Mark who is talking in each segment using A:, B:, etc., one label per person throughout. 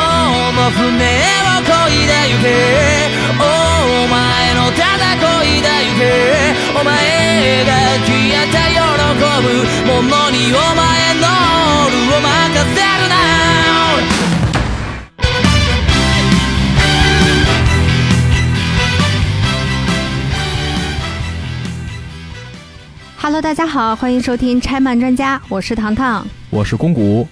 A: の船を漕いでゆけお前のただ漕いでゆけお前が消えた喜ぶものにお前のルを任せるな
B: 哈喽，大家好，欢迎收听拆漫专家，我是糖糖。
C: 我是公谷，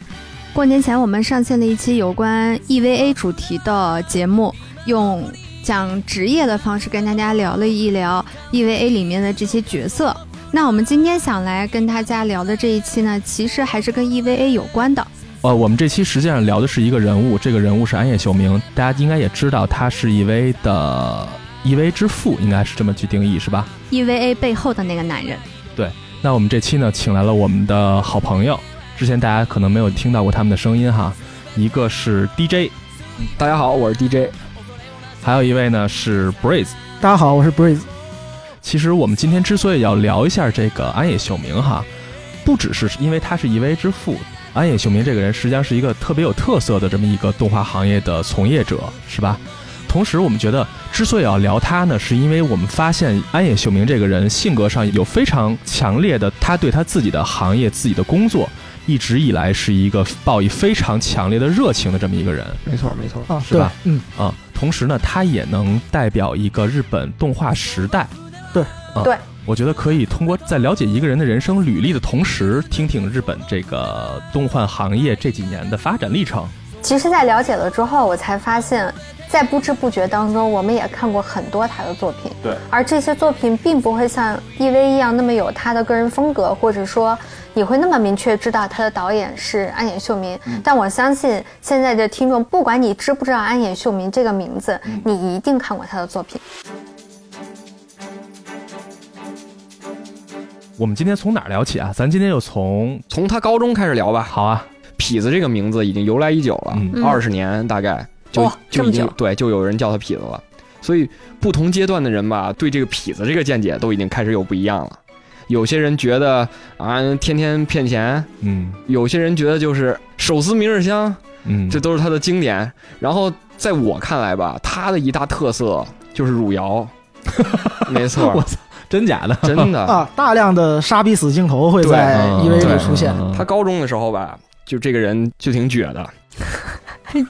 B: 过年前我们上线了一期有关 EVA 主题的节目，用讲职业的方式跟大家聊了一聊 EVA 里面的这些角色。那我们今天想来跟大家聊的这一期呢，其实还是跟 EVA 有关的。
C: 呃，我们这期实际上聊的是一个人物，这个人物是安野秀明，大家应该也知道，他是 EV 的 EV 之父，应该是这么去定义，是吧？
B: EVA ，E 背后的那个男人，
C: 那我们这期呢，请来了我们的好朋友，之前大家可能没有听到过他们的声音哈，一个是 DJ，
D: 大家好，我是 DJ。
C: 还有一位呢是 Breeze。
D: 大家好，我是 Breeze。
C: 其实我们今天之所以要聊一下这个安野秀明哈，不只是因为他是一位之父，安野秀明这个人实际上是一个特别有特色的这么一个动画行业的从业者，是吧？同时，我们觉得之所以要聊他呢，是因为我们发现安野秀明这个人性格上有非常强烈的，他对他自己的行业、自己的工作，一直以来是一个抱以非常强烈的热情的这么一个人。
D: 没错，没错。
E: 啊，
C: 是吧
E: 对？嗯，
C: 啊，同时呢，它也能代表一个日本动画时代。
E: 对
C: 啊、
B: 对，
C: 我觉得可以通过在了解一个人的人生履历的同时，听听日本这个动画行业这几年的发展历程。
B: 其实，在了解了之后，我才发现，在不知不觉当中，我们也看过很多他的作品。
C: 对，
B: 而这些作品并不会像 EV 一样那么有他的个人风格，或者说你会那么明确知道他的导演是安野秀明。但我相信现在的听众，不管你知不知道安野秀明这个名字，你一定看过他的作品。
C: 我们今天从哪儿聊起啊？咱今天就从
D: 从他高中开始聊吧。
C: 好啊，
D: 痞子这个名字已经由来已久了
C: 嗯，
D: 二十、年大概就、
B: 哇这
D: 就
B: 么
D: 已经
B: 久
D: 对，就有人叫他痞子了。所以不同阶段的人吧，对这个痞子这个见解都已经开始有不一样了。有些人觉得啊，天天骗钱；
C: 嗯
D: 有些人觉得就是手撕明日香，
C: 嗯，
D: 这都是他的经典。然后在我看来吧，他的一大特色就是汝窑，没
C: 我
D: 错，
C: 真假 的
D: 真的。
E: 啊，大量的杀必死镜头会在
C: 嗯
E: EV
D: 对
E: 里出现，
C: 嗯
D: 他高中的时候吧，就这个人就挺倔的，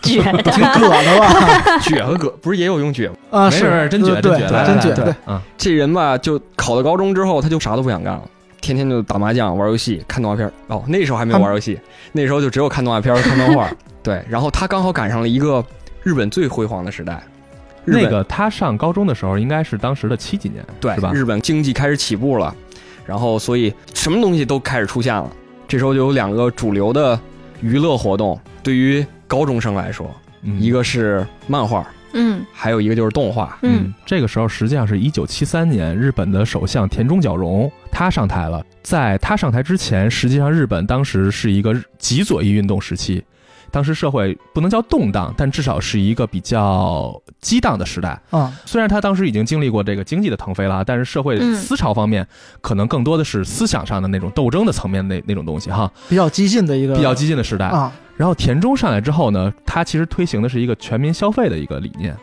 B: 觉得
E: 挺葛的吧？
D: 倔和葛不是也有用倔吗？
E: 啊，
C: 没事没事
E: 是
C: 真绝
E: 呃
C: 真
E: 对
C: 绝来
E: 真
C: 来
E: 绝，
C: 来
E: 对，
C: 啊，
D: 这人吧，就考到高中之后，他就啥都不想干了。天天就打麻将、玩游戏、看动画片儿。哦，那时候还没有玩游戏，那时候就只有看动画片儿、看漫画儿。对，然后他刚好赶上了一个日本最辉煌的时代，日本
C: 那个他上高中的时候应该是当时的七几年，
D: 对，
C: 是吧？
D: 日本经济开始起步了，然后所以什么东西都开始出现了。这时候就有两个主流的娱乐活动，对于高中生来说，
C: 嗯
D: 一个是漫画，
B: 嗯
D: 还有一个就是动画。
B: 嗯，
C: 这个时候实际上是一九七三年，日本的首相田中角荣他上台了。在他上台之前，实际上日本当时是一个极左翼运动时期，当时社会不能叫动荡，但至少是一个比较激荡的时代。
E: 啊，
C: 虽然他当时已经经历过这个经济的腾飞了，但是社会
B: 嗯
C: 思潮方面，可能更多的是思想上的那种斗争的层面那那种东西哈，
E: 比较激进的一个，
C: 比较激进的时代。
E: 啊，
C: 然后田中上来之后呢，他其实推行的是一个全民消费的一个理念，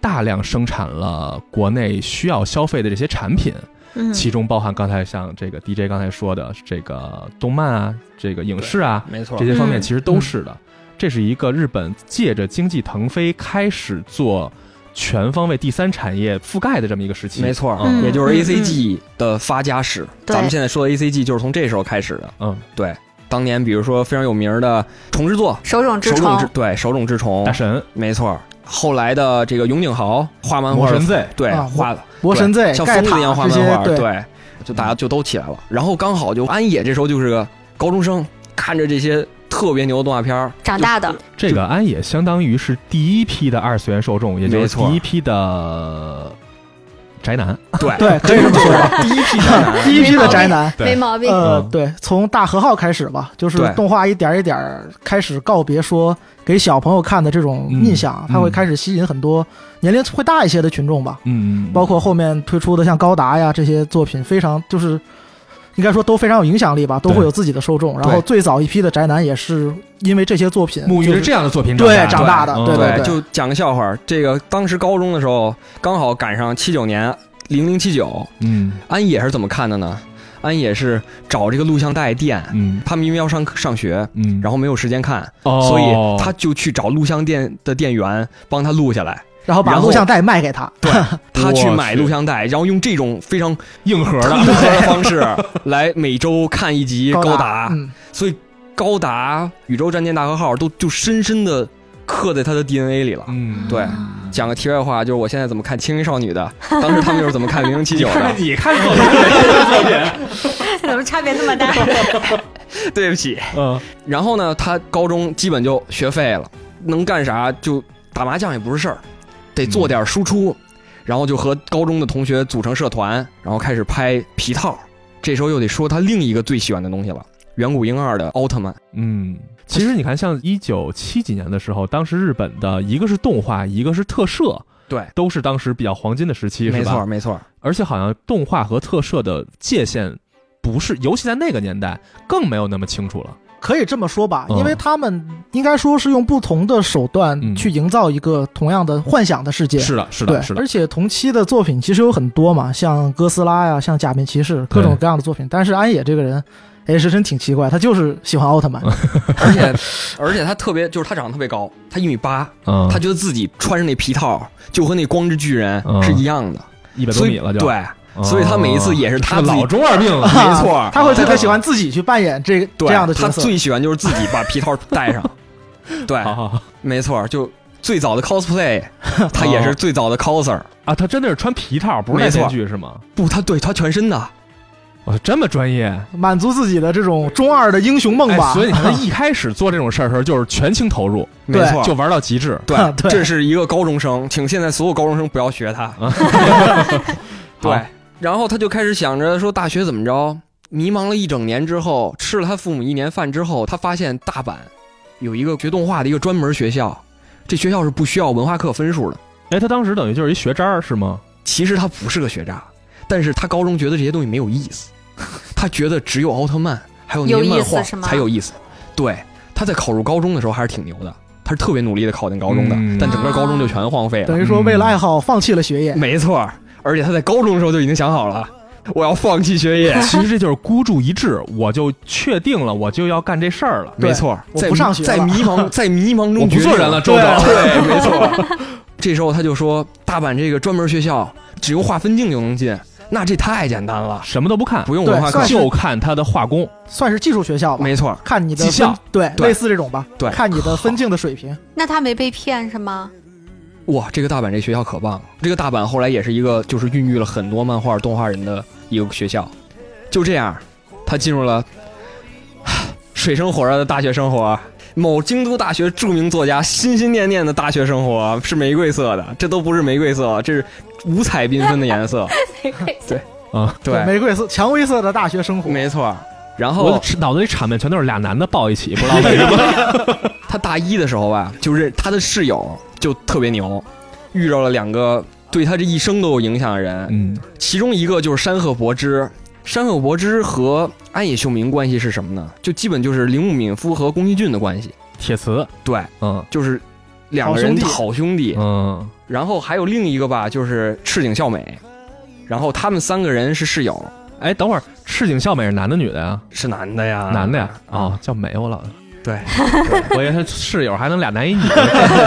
C: 大量生产了国内需要消费的这些产品，
B: 嗯
C: 其中包含刚才像这个 DJ 刚才说的这个动漫啊、这个影视啊
D: 没错
C: 这些方
B: 嗯
C: 面，其实都是的。这是一个日本借着经济腾飞开始做全方位第三产业覆盖的这么一个时期。
D: 没错，
B: 嗯
D: 啊也就
B: 嗯
D: 是 A C G 的发家史。
B: 对
D: 咱们现在说的 A C G 就是从这时候开始的。
C: 嗯，
D: 对，当年比如说非常有名的重制作，
B: 手冢治
D: 手冢治
B: 虫，
D: 对手冢治虫
C: 大，神
D: 没错。后来的这个永井豪画漫
C: 魔
D: 画的
C: 神 Z，
D: 对，
E: 啊
D: 画的
E: 魔神 Z
D: 像
E: 盖
D: 疯子一样画
E: 塔这
D: 漫
E: 些
D: 画，，对，就大家就都起来了。然后刚好就安野这时候就是个高中生，看着这些特别牛的动画片 儿，
B: 长大的，
C: 这个安野相当于是第一批的二次元受众，也就
D: 没
C: 是
D: 错
C: 第一批的宅男。
D: 对
E: 对，可以 这么说，
D: 第一批宅男
E: 第一批的宅男。
C: 对
B: 没毛病。
E: 呃
C: 嗯，
E: 对，从大和号开始吧，就是
D: 对
E: 动画一点儿一点儿开始告别说给小朋友看的这种
C: 嗯
E: 印象，它会
C: 嗯
E: 开始吸引很多年龄会大一些的群众吧。
C: 嗯，
E: 包括后面推出的像高达呀这些作品，非常就是应该说都非常有影响力吧，都会有自己的受众。然后
D: 对
E: 最早一批的宅男也是因为这些作品
C: 嗯沐浴
E: 就
C: 着
E: 是
C: 这样的作品
E: 对
C: 长
E: 长大的
C: 嗯
E: 对对
D: 就讲个笑话。这个当时高中的时候，刚好赶上七九年零零七九，
C: 嗯
D: 安野是怎么看的呢？安野是找这个录像带店，
C: 嗯
D: 他们因为要上上学，
C: 嗯，哦
D: 然后没有时间看，
C: 后
D: 所以他就去找录像店的店员帮他录下来，
E: 然后把
D: 然后
E: 录像带卖给他，
D: 对他去买
C: 我去
D: 录像带，然后用这种非常
C: 硬核
D: 硬
C: 的，
D: 核的方式来每周看一集
E: 高
D: 高
E: 达
D: 达，
E: 嗯，
D: 所以高达、宇宙战舰大和号都就深深的刻在他的 DNA 里了。
C: 嗯
D: 对讲个题外话，就是我现在怎么看《青衣少女》的，当时他们又是怎么看《零零七
C: 你
D: 九》
C: 看看
D: 的？
C: 你看作品，
B: 怎么差别那么大？
D: 对不起。
C: 嗯
D: 然后呢，他高中基本就学废了，能干啥就打麻将也不是事儿，得做点输出，然后就和高中的同学组成社团，然后开始拍皮套。这时候又得说他另一个最喜欢的东西了，远古婴二的奥特曼。
C: 嗯。其实你看，像一九七几年的时候，当时日本的一个是动画，一个是特摄，
D: 对，
C: 都是当时比较黄金的时期，
D: 没
C: 是吧？
D: 错，没错。
C: 而且好像动画和特摄的界限不是，尤其在那个年代更没有那么清楚了。
E: 可以这么说吧，
C: 嗯
E: 因为他们应该说是用不同的手段
C: 嗯
E: 去营造一个同样的幻想的世界。
C: 是的，是
E: 对
C: 的，是，的
E: 而。且同期的作品其实有很多嘛，像哥斯拉呀，像假面骑士，各种各样的作品。但是安野这个人，哎，是真挺奇怪，他就是喜欢奥特曼。
C: 嗯
D: 而且 而且他特别，就是他长得特别高，他一米八，
C: 嗯，
D: 他觉得自己穿上那皮套就和那光之巨人
C: 嗯
D: 是一样的，
C: 一百多
D: 所
C: 米
D: 以
C: 了就。
D: 对，
C: 哦，
D: 所以他每一次也是他
C: 是
D: 自己
C: 老中二病 了。
D: 没错
E: 啊他会特别喜欢自己去扮演这个
D: 对
E: 这样的
D: 他
E: 角色。
D: 最喜欢就是自己把皮套戴上， 对，
C: 好好好
D: 没错，就最早的 cosplay，他也是最早的 coser，
C: 啊，他真的是穿皮套，不是戴
D: 没错
C: 面具是吗？
D: 不，他对他全身的，
C: 哇，这么专业。
E: 满足自己的这种中二的英雄梦吧。
C: 哎，所以你看他 一开始做这种事儿的时候，就是全情投入，
D: 没错，
C: 就玩到极致。
D: 啊对
E: 对
D: 这是一个高中生，请现在所有高中生不要学他， 对
C: 好，
D: 然后他就开始想着说大学怎么着，迷茫了一整年之后，吃了他父母一年饭之后，他发现大阪有一个学动画的一个专门学校，这学校是不需要文化课分数的。
C: 哎，他当时等于就是一学渣儿是 吗？
D: 其实他不是个学渣，但是他高中觉得这些东西没有意 思，他觉得只有奥特曼还有那
B: 有
D: 些
B: 意
D: 漫
B: 思
D: 画
B: 是吗
D: 才有意思。对，他在考入高中的时候还是挺牛的，他是特别努力的考进高中的，
C: 嗯
D: 但整个高中就全荒废了。
E: 等于说为了爱好放弃了学业。
D: 没错儿，而且他在高中的时候就已经想好了，我要放弃学业。
C: 其实这就是孤注一掷，我就确定了，我就要干这事儿了。
E: 对
D: 没错，
E: 我
D: 在
E: 不上学了
D: 在迷 茫，在迷茫
C: 我
D: 中
C: 不
D: 决定
C: 做人了，周
E: 对
C: 总。
D: 对， 没错。这时候他就说，大阪这个专门学校只用划分镜就能进，那这太简单了，
C: 什么都不看，
D: 不用文化课
E: 对。
C: 就看他的画工。
E: 算是技术学校吧，
D: 没错，
E: 看你的
C: 技校
E: 分对
D: 对
E: 类似这种吧，
D: 对
E: 看你的分镜的水平。
B: 那他没被骗是 吗？
D: 哇，这个大阪这学校可棒了。这个大阪后来也是一个就是孕育了很多漫画动画人的一个学校。就这样，他进入了唉水深火热的大学生活。某京都大学著名作家心心念念的大学生活是玫瑰色的，这都不是玫瑰色，这是五彩缤纷的颜色。对，嗯
E: 玫瑰色、蔷薇色的大学生活，
D: 没错。然后
C: 我脑子里场面全都是俩男的抱一起， 不知道为什么。
D: 他大一的时候吧，就是他的室友就特别牛，遇到了两个对他这一生都有影响的人，
C: 嗯，
D: 其中一个就是山贺博之。山贺博之和安野秀明关系是什么呢？就基本就是铃木敏夫和宫崎骏的关系，
C: 铁磁，
D: 对，
C: 嗯
D: 就是两个人
E: 好兄弟
D: 好兄弟。
C: 嗯
D: 然后还有另一个吧，就是赤井孝美，然后他们三个人是室友，
C: 哎，等会儿，赤井孝美是男的女的呀？
D: 是男的呀，
C: 男的呀？哦，叫美我老，
D: 对，
C: 我以为他室友还能俩男一女。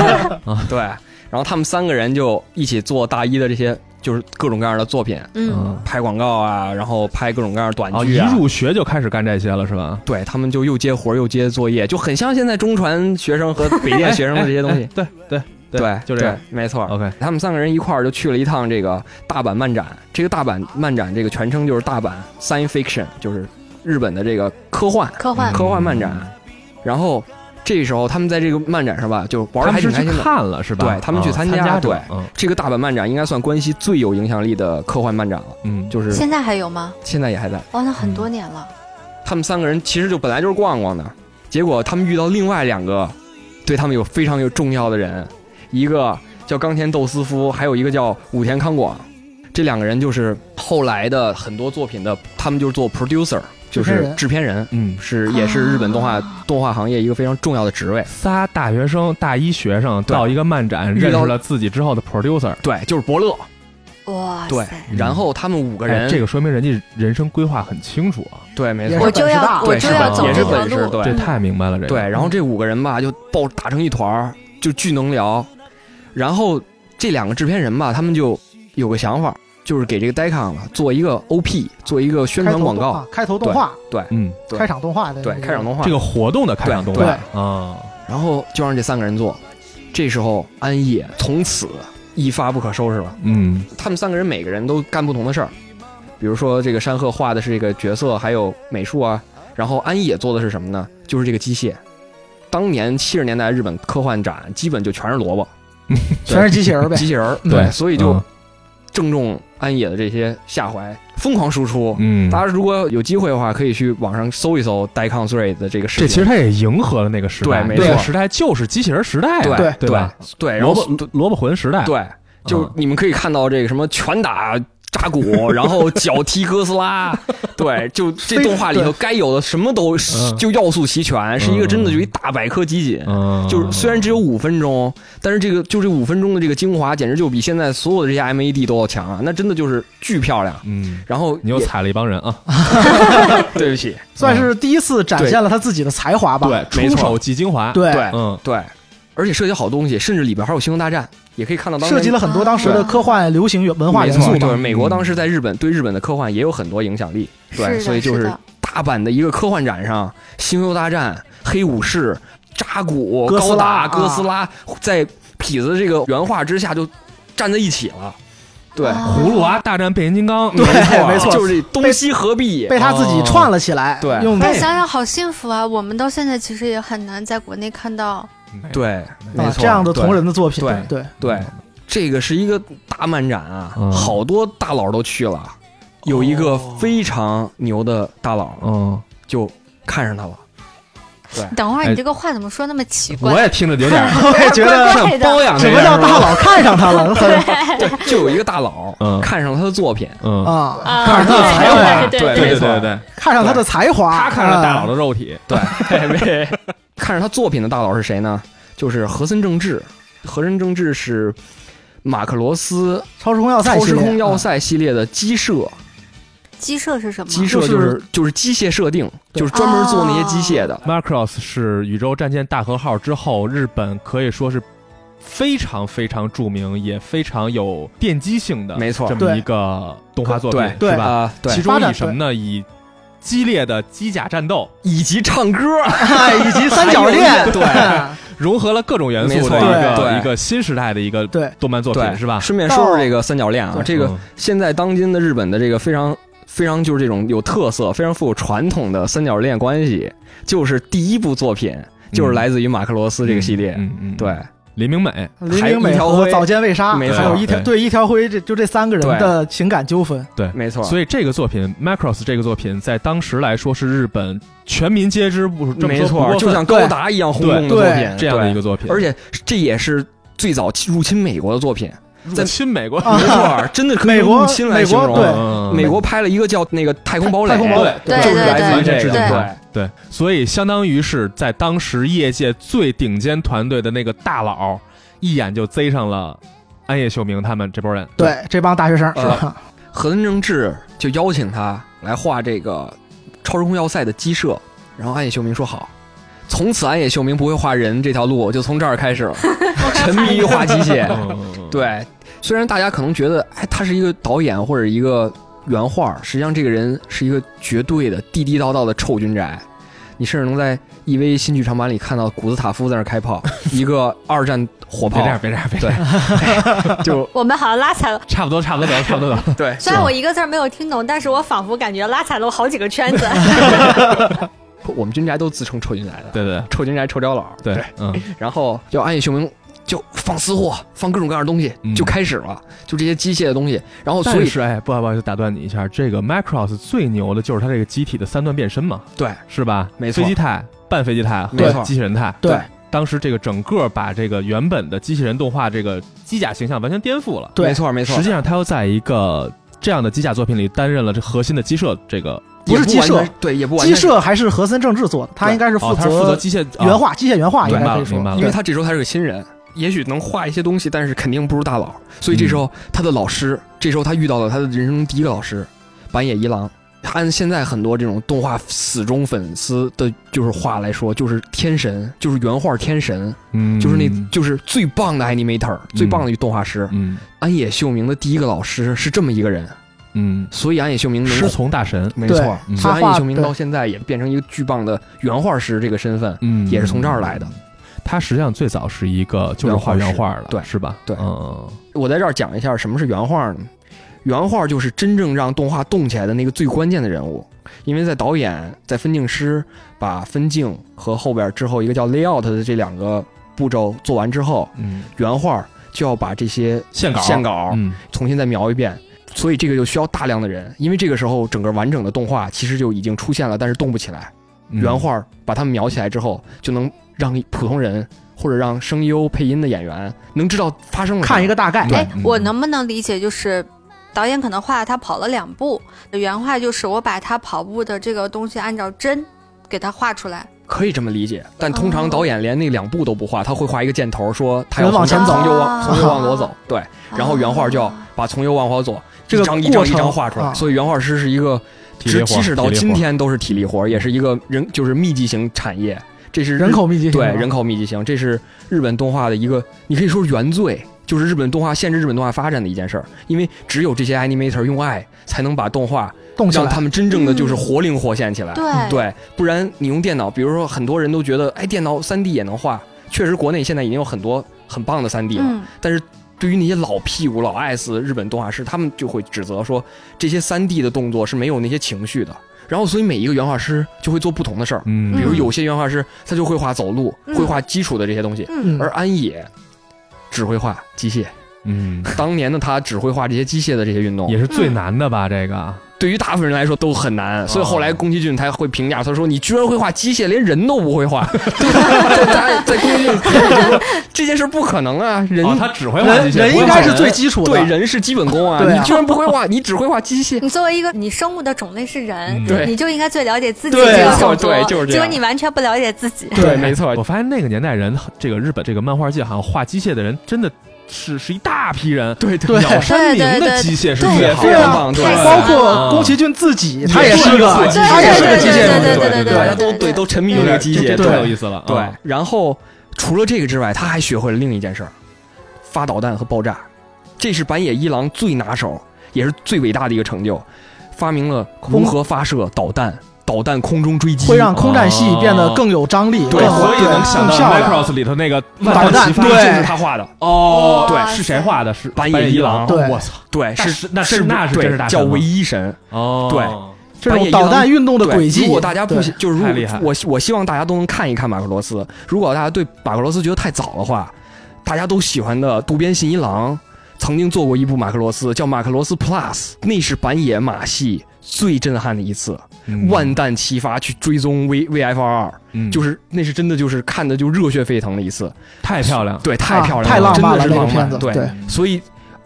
D: 对。然后他们三个人就一起做大一的这些，就是各种各样的作品。
B: 嗯，
C: 嗯，
D: 拍广告啊，然后拍各种各样的短
C: 哦，
D: 剧
C: 一
D: 啊。
C: 入学就开始干这些了是吧？
D: 对他们就又接活儿又接作业，就很像现在中传学生和北电学生的这些东西。
C: 哎哎对对
D: 对，
C: 就这样
D: 对。，没错。
C: OK，
D: 哦他们三个人一块儿就去了一趟这个大阪漫展。这个大阪漫展，这个全称就是大阪 Science Fiction，就是日本的这个科幻。
B: 科幻
C: 嗯
D: 科幻漫展然后这时候他们在这个漫展上吧，就玩
C: 他
D: 的
C: 们
D: 还挺
C: 是
D: 开
C: 去
D: 心的。
C: 看了是吧？
D: 对他们
C: 啊
D: 去参加
C: 加
D: 对
C: 者，嗯
D: 这个大阪漫展应该算关西最有影响力的科幻漫展了，
C: 嗯，
D: 就是
B: 现在还有吗？
D: 现在也还在。
B: 哦，那很多年了。
D: 他们三个人其实就本来就是逛逛的，结果他们遇到另外两个对他们有非常有重要的人，一个叫冈田斗司夫，还有一个叫武田康广。这两个人就是后来的很多作品的，他们就是做 producer，就
E: 制片
D: 是
E: 人啊
D: 制片人，
C: 嗯，
D: 是也是日本动画动画行业一个非常重要的职位。
C: 仨大学生、大一学生
D: 对
C: 到一个漫展，
D: 遇到
C: 认识了自己之后的 producer，
D: 对，就是伯乐。
B: 哇
D: 对
B: 塞！
C: 嗯
D: 然后他们五个
C: 哎
D: 人，
C: 这个说明人家人生规划很清楚啊，
D: 对，没
E: 也
D: 错
E: 是
B: 我，就
E: 本事大
B: 要我就是要
D: 对，本
B: 走
D: 也是
B: 这条
D: 本事，
B: 路，
D: 对
C: 这太明白了，这个
D: 对。然后这五个人吧，就抱打成一团儿，就巨能聊。然后这两个制片人吧，他们就有个想法，就是给这个 Dicon 吧做一个 OP，做一个宣
E: 开
D: 传
E: 头嗯
D: 广告，
E: 动画，开头动画，
C: 嗯，
D: 对
E: 开场动画的
D: 对，开场动画
C: 这。个活动的开场动
E: 对
C: 画啊，
D: 然后就让这三个人做。这时候安野从此一发不可收拾了。
C: 嗯，
D: 他们三个人每个人都干不同的事儿，比如说这个山鹤画的是这个角色，还有美术啊。然后安野做的是什么呢？就是这个机械。当年七十年代日本科幻展基本就全是萝卜，
E: 全是机器人儿呗
D: 机，器人儿，
E: 嗯
C: 对，
D: 所以就正中安野的这些下怀，疯狂输出。
C: 嗯，
D: 大家如果有机会的话，可以去网上搜一搜 Dicon Three 的这个视
C: 这
D: 频。
C: 其实它也迎合了那个时代，
D: 对没
C: 那个
D: 错
C: 时代就是机器人时代啊，
D: 对
E: 对
C: 对吧？
D: 对，然
C: 萝
D: 后
C: 卜萝卜魂时代，
D: 对，就
C: 嗯
D: 你们可以看到这个什么拳打扎古，然后脚踢哥斯拉，对，就这动画里头该有的什么都
C: 嗯
D: 就要素齐全，是一个真的就一大百科集锦。
C: 嗯，
D: 就是虽然只有五分钟，但是这个就这五分钟的这个精华，简直就比现在所有的这些 MAD 都要强啊！那真的就是巨漂亮。
C: 嗯，
D: 然后
C: 你又
D: 也
C: 踩了一帮人啊，
D: 对不起，
E: 算是第一次展现了他自己的才华吧。
C: 对，
D: 啊没
C: 出
D: 错
C: 手即精华，，
E: 对
D: 对
C: 嗯，
D: 对，而且涉及好多东西，甚至里边还有《星球大战》，也可以看到当年
E: 涉及了很多当时的科幻流行文化
D: 没
E: 元
D: 错
E: 素
D: 就是
E: 嘛。嗯
D: 美国当时在日本对日本的科幻也有很多影响力，
B: 是
D: 对，
B: 的
D: 所以就是是
B: 的
D: 大阪的一个科幻展上，《星球大战》《黑武士》扎古、
E: 哥斯
D: 高达、
E: 拉啊
D: 哥斯拉，在痞子这个原画之下就站在一起了。对，
B: 啊
C: 葫芦娃大战变形金刚，
E: 对
D: 没
E: 没错
D: 就是东西合璧。
E: 被他自己串了起来，
D: 哦对哎
E: 用
B: 但哎想想好幸福啊！我们到现在其实也很难在国内看到，
C: 嗯
D: 对，没
E: 啊
D: 错，
E: 这样的同人的作品，
D: 对
E: 对，
D: 对。对，这个是一个大漫展啊，
C: 嗯哦
D: 好多大佬都去了，有一个非常牛的大佬
C: 嗯，
D: 就看上他了。
B: 等会儿
C: 哎
B: 你这个话怎么说那么奇
C: 我
B: 怪？
C: 也听着有 点儿，
E: 我也 觉得
B: 怪怪的，
D: 养
E: 什么叫大佬看上他了，很
D: 对，就有一个大佬
C: 嗯
D: 看哦上了他的 作品，
C: 嗯，
E: 啊，
F: 啊，
E: 看上他的才华，
F: 对
D: 对
C: 对
D: 没
C: 对
D: 错
C: 对对，
E: 看上他的才华，
C: 他看上大佬
E: 啊
C: 的肉体，
D: 对，看上他作品的大佬是谁呢？就是和森正治。和森正治是马克罗斯
E: 超时空要塞
D: 超
E: 系列，
D: 时空要
E: 啊，
D: 塞系列的机设，
C: 嗯
B: 鸡舍是什么？
D: 机
C: 哦
D: 设就是就是机械设定，
E: 对
D: 就是专门做那些机械
C: 哦
D: 的。
C: Macross 是宇宙战舰大和号之后，日本可以说是非常非常著名，也非常有奠基性的，
D: 没错
C: 这么一个动画作品，
D: 对
E: 对
C: 是吧？
D: 啊，对
C: 其，
E: 发
C: 中
E: 展
C: 以什么呢？以激烈的机甲战斗，
D: 以及唱歌，
E: 以及三角
D: 还有
E: 恋，
D: 一个对
C: 融合了各种元
D: 没
C: 素
D: 错
C: 的一
D: 对
C: 个一个新时代的一个
E: 对
C: 动漫作
D: 对，
C: 品，是吧？嗯
D: 顺便说说这个三角恋啊
E: 对，
D: 这个现在当今的日本的这个非常非常就是这种有特色、非常富有传统的三角恋关系，就是第一部作品就是来自于马克罗斯这个系列。
C: 嗯嗯，嗯
D: 对，
C: 林明美，
E: 林明
D: 还有一
E: 美
D: 条
E: 和
D: 灰
E: 早间未杀，还
D: 没错
E: 有一条
C: 对
E: 对一条灰，这就这三个人
D: 对
E: 的情感纠纷，
C: 对，
D: 没错。
C: 所以这个作品 Macross 这个作品在当时来说是日本全民皆知，不这么
D: 没
C: 说不
D: 错，
C: 过
D: 就
C: 分
D: 像高达一样轰动的作品
E: 对，
C: 这样的一个
D: 对。
C: 作品，
D: 而且这也是最早入侵美国的 作品，
C: 在亲美国，
E: 啊
D: 没 错，真的可以
E: 美国
D: 用入侵来形
E: 美国对
D: 容。啊
C: 嗯
D: 美国拍了一个叫那个《太空堡垒》，
E: 太空堡垒
B: 对
C: 就是
B: 对
C: 来自于
B: 对
C: 这个
B: 对
C: 对对，所以相当于是在当时业界最顶尖团队的那个大佬，一眼就贼上了安野秀明他们这波人。
E: 对这帮大学生，
D: 呃何恩正治就邀请他来画这个超时空要塞的鸡舍，然后安野秀明说好，从此安野秀明不会画人这条路就从这儿开始了，沉迷于画机械。
C: 嗯，
D: 对，虽然大家可能觉得，哎，他是一个导演或者一个原画，实际上这个人是一个绝对的地地道道的臭军宅。你甚至能在 EV 新剧场版里看到古斯塔夫在那儿开炮，一个二战火
C: 别
D: 炮
C: 这，样，别这样，别这
D: 对
C: 样，
D: 就
F: 我们好像拉踩了，
C: 差不多，差不多得了，差不多得了。
D: 对，
F: 虽然我一个字儿没有听懂，但是我仿佛感觉拉踩了我好几个圈子。
D: 我们军宅都自称臭军宅的，
C: 对对
D: 臭军宅臭獐佬，
C: 对，嗯，
D: 然后就暗夜秀明就放私货，放各种各样的东西，
C: 嗯
D: 就开始了，就这些机械的东西。然后所
C: 但
D: 以
C: 是哎，不好不好意思打断你一下，这个 Macross 最牛的就是它这个机体的三段变身嘛，
D: 对
C: 是吧？
D: 没错
C: 飞机态、半飞机态和
D: 没错
C: 机器人态，
E: 对，
C: 当时这个整个把这个原本的机器人动画这个机甲形象完全颠覆了。
E: 对
D: 没错没错
C: 实，际上他又在一个这样的机甲作品里担任了这核心的机社这个，
E: 不是
D: 也
E: 鸡
D: 完
E: 舍
D: 全，对，也不完
E: 鸡
D: 全，
E: 舍还是和森正治做的，他应该是
C: 哦，他是负责
E: 责
C: 机械
E: 原
D: 啊
C: 画，
E: 画、机械原画，应
C: 明白
E: 该可以
C: 了明白
E: 说，
C: 了
D: 因为
E: 对
D: 他这时候他是个新人，也许能画一些东西，但是肯定不如大佬。所以这时候他的老师，这时候他遇到了他的人生中第一个老师，板野一郎。按现在很多这种动画死忠粉丝的就是话来说，就是天神，就是原画天神，
C: 嗯，
D: 就是那就是最棒的 animator，最棒的动画师。
C: 嗯
D: 安野秀明的第一个老师是这么一个人，
C: 嗯，
D: 所以安野秀明能
C: 师从大神，
D: 没错
E: 对，
C: 嗯
D: 所以安
E: 他
D: 野
E: 画
D: 秀明
E: 对
D: 到现在也变成一个巨棒的原画师这个身份。
C: 嗯，
D: 也是从这儿来的。
C: 他实际上最早是一个就是画原画的，
D: 对
C: 是吧？
D: 对
C: 嗯，
D: 我在这儿讲一下什么是原画呢？原画就是真正让动画动起来的那个最关键的人物，因为在导演、在分镜师把分镜和后边之后一个叫 layout 的这两个步骤做完之后，
C: 嗯，
D: 原画就要把这些
C: 线稿，
D: 线，稿
C: 嗯，
D: 重新再描一遍。所以这个就需要大量的人，因为这个时候整个完整的动画其实就已经出现了，但是动不起来。
C: 嗯
D: 原，画把它们描起来之后，就能让普通人或者让声优、配音的演员能知道发生了啥
E: 看一个大概，
C: 对
B: 哎
C: 嗯，
B: 我能不能理解就是？导演可能画他跑了两步，原画就是我把他跑步的这个东西按照真给他画出来，
D: 可以这么理解，但通常导演连那两步都不画，他会画一个箭头，说他要
E: 人往前
D: 从
E: 走
D: 右往
B: 啊
D: 从右往左走， 对，然后原画就要把从右往左
E: 哦这个
D: 一张一
E: 过
D: 张一
E: 程
D: 张画出来，
E: 啊
D: 所以原画师是一个，
C: 体力
D: 直
C: 活
D: 即使到
C: 体力活
D: 今天都是体力活，也是一个人就是密集型产业，这是日
E: 人口密集型
D: 对
E: 的
D: 人口密集型，这是日本动画的一个，你可以说是原罪。就是日本动画限制日本动画发展的一件事儿，因为只有这些 animator 用爱才能把动画
E: 动起
D: 让
E: 来，
D: 他们真正的就是活灵活现起来。
B: 对，
D: 对，不然你用电脑，比如说很多人都觉得，哎，电脑三 D 也能画，确实国内现在已经有很多很棒的三 D 了。
B: 嗯，
D: 但是对于那些老屁股、老 S 日本动画师，他们就会指责说，这些三 D 的动作是没有那些情绪的。然后，所以每一个原画师就会做不同的事儿，
C: 嗯，
D: 比如有些原画师他就会画走路，
B: 嗯
D: 会画基础的这些东西，
E: 嗯，
D: 而安野只会画机械。
C: 嗯，
D: 当年的他只会画这些机械的这些运动，
C: 也是最难的吧？这个，
D: 对于大部分人来说都很难，所以后来宫崎骏才会评价他说：“你居然会画机械，连人都不会画。”在在在宫崎骏心里就说这件事不可能啊，人、
C: 哦，他只会画
E: 人
C: 机械，
E: 人
C: 不会
E: 应
C: 画
E: 该是最基础的，
D: 对人是基本功啊，
E: 对啊
D: 你居然不会画，你只会画机械。
F: 你作为一个你生物的种类是人
C: 嗯，
D: 对
F: 你就应该最了解自己
E: 对
F: 这个
E: 没
D: 错
F: 种族，
D: 对就是这
F: 结
D: 样
F: 果你完全不了解自己。
E: 对
D: 没错
C: 我，发现那个年代人，这个日本这个漫画界好像画机械的人真的是是一大批人，
D: 对
E: 对
C: 鸟山明
B: 对对
C: 的
B: 对
C: 机械是
B: 对
C: 最
D: 也
C: 好
D: 非
E: 对
D: 常
E: 啊
D: 棒，，对。嗯
C: 太
E: 包
C: 棒
E: 括宫崎骏自己，他
D: 也
E: 也
D: 是
E: 是一个
D: 个机械
E: 他也是个
B: 对
E: 机
B: 对
E: 械
B: 对
E: 人，
B: 对
C: 对
B: 对
C: 对
D: 大家都对都沉迷于这个机械，
C: 这
E: 对
C: 太有意思了，
D: 对
C: 啊，
D: 然后除了这个之外，他还学会了另一件事儿：发导弹和爆炸。这是板野一郎最拿手，也是最伟大的一个成就，发明了如何发射导弹、导弹空中追击。哦
E: 会让空战戏变得更有张力，
D: 对
E: 更
C: 所以
E: 对
C: 能想
E: 更
C: 到
E: 漂亮
C: Macross 里头那个
E: 导弹
C: 齐发
E: 对
D: 就是他画的，
C: 哦，
B: 哇
C: 对，是谁画的？是
D: 板野一郎
E: 对
C: 我操，
D: 对，
C: 大
D: 是
C: 师那是那是
D: 对
C: 真是大
D: 叫
C: 神吗啊
D: 唯一神。
C: 哦，
D: 对
E: 这
D: 板野
E: 种
D: 一
E: 导
D: 郎
E: 弹运动的
D: 对
E: 轨迹。
D: 如果大家不
E: 对
D: 喜就是如
C: 太厉害了
D: 我希我希望大家都能看一看马克罗斯。如果大家对马克罗斯觉得太早的话，大家都喜欢的渡边信一郎曾经做过一部马克罗斯，叫《马克罗斯 Plus》，那是板野马戏最震撼的一次，
C: 嗯
D: 万弹齐发去追踪 V VFR 二，
C: 嗯
D: 就是那是真的就是看的就热血沸腾的一次，
C: 太漂亮了，
D: 对，太
E: 啊
D: 漂亮了，
E: 太浪漫
D: 真的是
E: 那个
D: 浪漫，
E: 片子，
D: 对。
E: 对，
D: 所以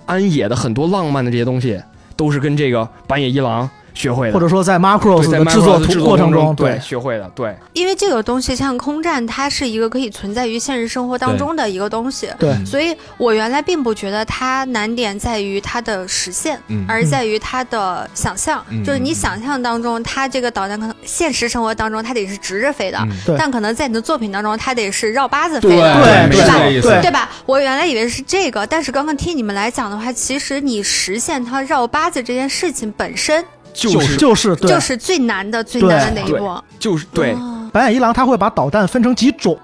D: 安野的很多浪漫的这些东西都是跟这个板野一郎学会的
E: 或。者说在 Macross
D: 对在
E: 的制作
D: Minecraft 的制
E: 途
D: 作
E: 过程
D: 中，
E: 中，
D: 对，学会的，对，
B: 因为这个东西像空战，它是一个可以存在于现实生活当中的一个东西，
E: 对
C: 嗯
B: 所以我原来并不觉得它难点在于它的实现。
C: 嗯
B: 而在于它的想象，
C: 嗯
B: 就是你想象当中，它这个导弹可能现实生活当中它得是直着飞的，
C: 嗯
E: 对
B: 但可能在你的作品当中，它得是绕八字
C: 对
B: 飞的，
E: 对
C: 没
B: 是吧
C: 这意思
E: 对
B: 对吧？我原来以为是这个，但是刚刚听你们来讲的话，其实你实现它绕八字这件事情本身
E: 就是就是对
B: 就。是最难的、最难的那一步。
D: 就是对，
B: 哦
E: 板野一郎他会把导弹分成几 种，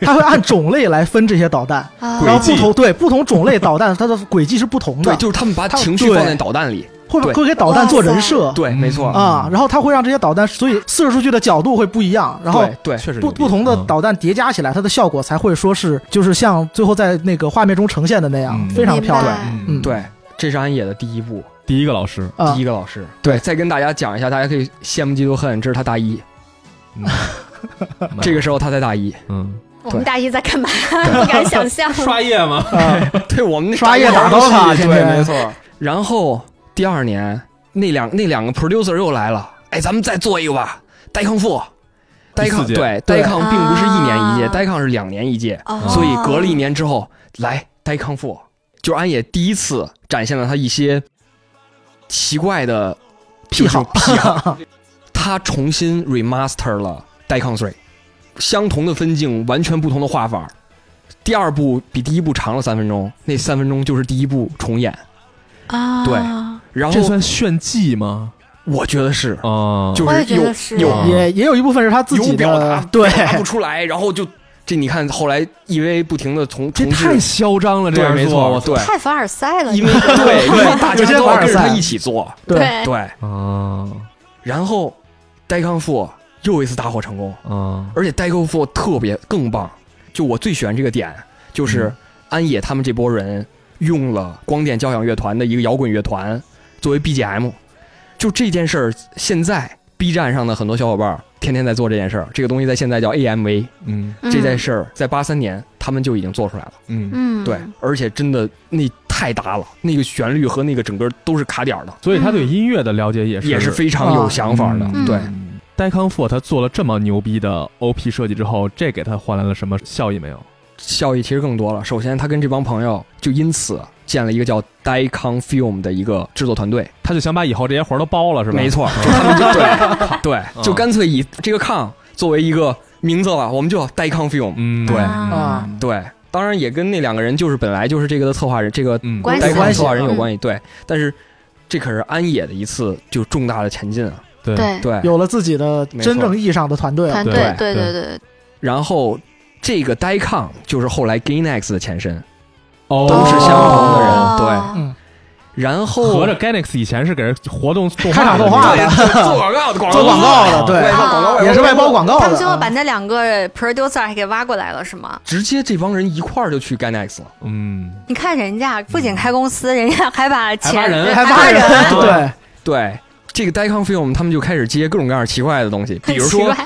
E: 他会按种类来分这些导弹，
B: 啊
E: 然后不同对不同种类导弹它的轨迹是不同
D: 对，
E: 的，
D: 就是他们把
E: 他们
D: 情绪
E: 对
D: 放在导弹里，
E: 会
D: 对
E: 会给导弹做人设，
D: 对，没错，
E: 啊，然后他会让这些导弹，所以射出去的角度会不一样，然后
D: 对对
C: 确实
E: 不
C: 牛逼
E: 不同的
C: 嗯
E: 导弹叠加起来，它的效果才会说是就是像最后在那个画面中呈现的那样
C: 嗯，
E: 非常漂亮。
B: 明
E: 嗯，，
D: 对，这是安野的第一部，
C: 第一个老师，
E: 啊
D: 第一，个老师。对，再跟大家讲一下，大家可以羡慕嫉妒恨，这是他大一，
C: 嗯
D: 这个时候他才大一，
C: 嗯，
F: 我们大一在干嘛？ 不敢想象。
G: 刷夜吗？
E: 啊，
D: 对我们那
E: 刷夜打刀塔
D: 对，
E: 天天
D: 没 错。然后第二年那两那两个 producer 又来了，哎，咱们再做一个吧，呆康复。
C: 第
D: 呆
C: 四
D: 抗
C: 届
D: 对，呆抗并不是一年一届，
B: 啊
D: 呆抗是两年一届，
B: 哦
D: 所以隔了一年之后来呆康复，就是安野第一次展现了他一些奇怪的
E: 啊癖好
D: 就是癖好，他重新 remaster 了呆康 three，相同的分镜，完全不同的画法。第二部比第一部长了三分钟，那三分钟就是第一部重演。
B: 啊，
D: 对然
C: 这
D: 后
C: 算炫技吗？
D: 我觉得是，
C: 啊，
D: 就
B: 我也
D: 是
B: 觉
D: 有
B: 得是哦
D: 有
C: 啊
E: 也 也有一部分是他自己
D: 有表达
E: 的，对，
D: 拿 不出来，然后就这你看后来 EVA 不停的从
C: 这
D: 重置
C: 太嚣张了，这样
D: 对没
C: 做
D: 错，对，
B: 太凡尔赛了，
D: 因为对，因为大家
E: 有些
D: 都要
E: 凡尔
D: 跟着
E: 赛
D: 他一起做，
E: 对，
B: 哎
D: 对。
C: 啊
D: 然后呆康复又一次大获成功，
C: 啊，
D: 而且代购货特别更棒，就我最喜欢这个点，就是
C: 嗯
D: 安野他们这波人用了光电交响乐团的一个摇滚乐团作为 BGM，就这件事儿，现在 B 站上的很多小伙伴儿天天在做这件事儿，这个东西在现在叫 AMV，
C: 嗯
D: 这件事儿在八三年他们就已经做出来了，
C: 嗯，
B: 嗯，
D: 对，而且真的那太搭了，那个旋律和那个整个都是卡点儿的，
C: 所以他对音乐的了解也是
D: 也是非常有
E: 啊
D: 想法的，
C: 嗯
D: 对。
C: 戴康复他做了这么牛逼的 OP 设计之后，这给他换来了什么效益没有？
D: 效益其实更多了。首先，他跟这帮朋友就因此建了一个叫 Dicon Film 的一个制作团队，
C: 他就想把以后这些活儿都包了，是吧？嗯
D: 没错，就他们就对对，就干脆以这个 con 作为一个名字吧，我们就 Dicon Film。
C: 嗯，
D: 对
E: 啊
C: 嗯，
D: 对，当然也跟那两个人就是本来就是这个的策划人，这个
C: 嗯，
B: 关系
D: Dicon
E: 关系
D: 策划人有关系。对，但是这可是安野的一次就重大的前进啊。
C: 对，
B: 对
D: 对，
E: 有了自己的真正意义上的团队了
B: 团队
C: 对，
B: 对
C: 对
B: 对对，
D: 然后这个 Dicon 就是后来 Gainax 的前身，
C: 哦
D: 都是相同的人哦
B: 哦
E: 对
D: 然后
C: 合着 Ganex 以前是给人活动动
E: 开场动画
C: 画
E: 的
C: 的，
D: 对 做广告的广告
E: 做广告的，
D: 外
E: 对，
D: 包哦哎广告
B: 啊
E: 也是外包广告的。
B: 他们最后把
E: 嗯
B: 那两个 producer 还给挖过来了，是吗？
D: 直接这帮人一块儿就去 Gainax 了。
C: 嗯，
B: 你看人家不仅开公司，人家还把
G: 挖
B: 钱
G: 人
E: 还
B: 还
E: 挖
B: 挖人，
E: 人，对，
D: 对，这个 Dicon Film 他们就开始接各种各样奇怪的东西，比
B: 很
D: 如
B: 奇
D: 说，
B: 怪。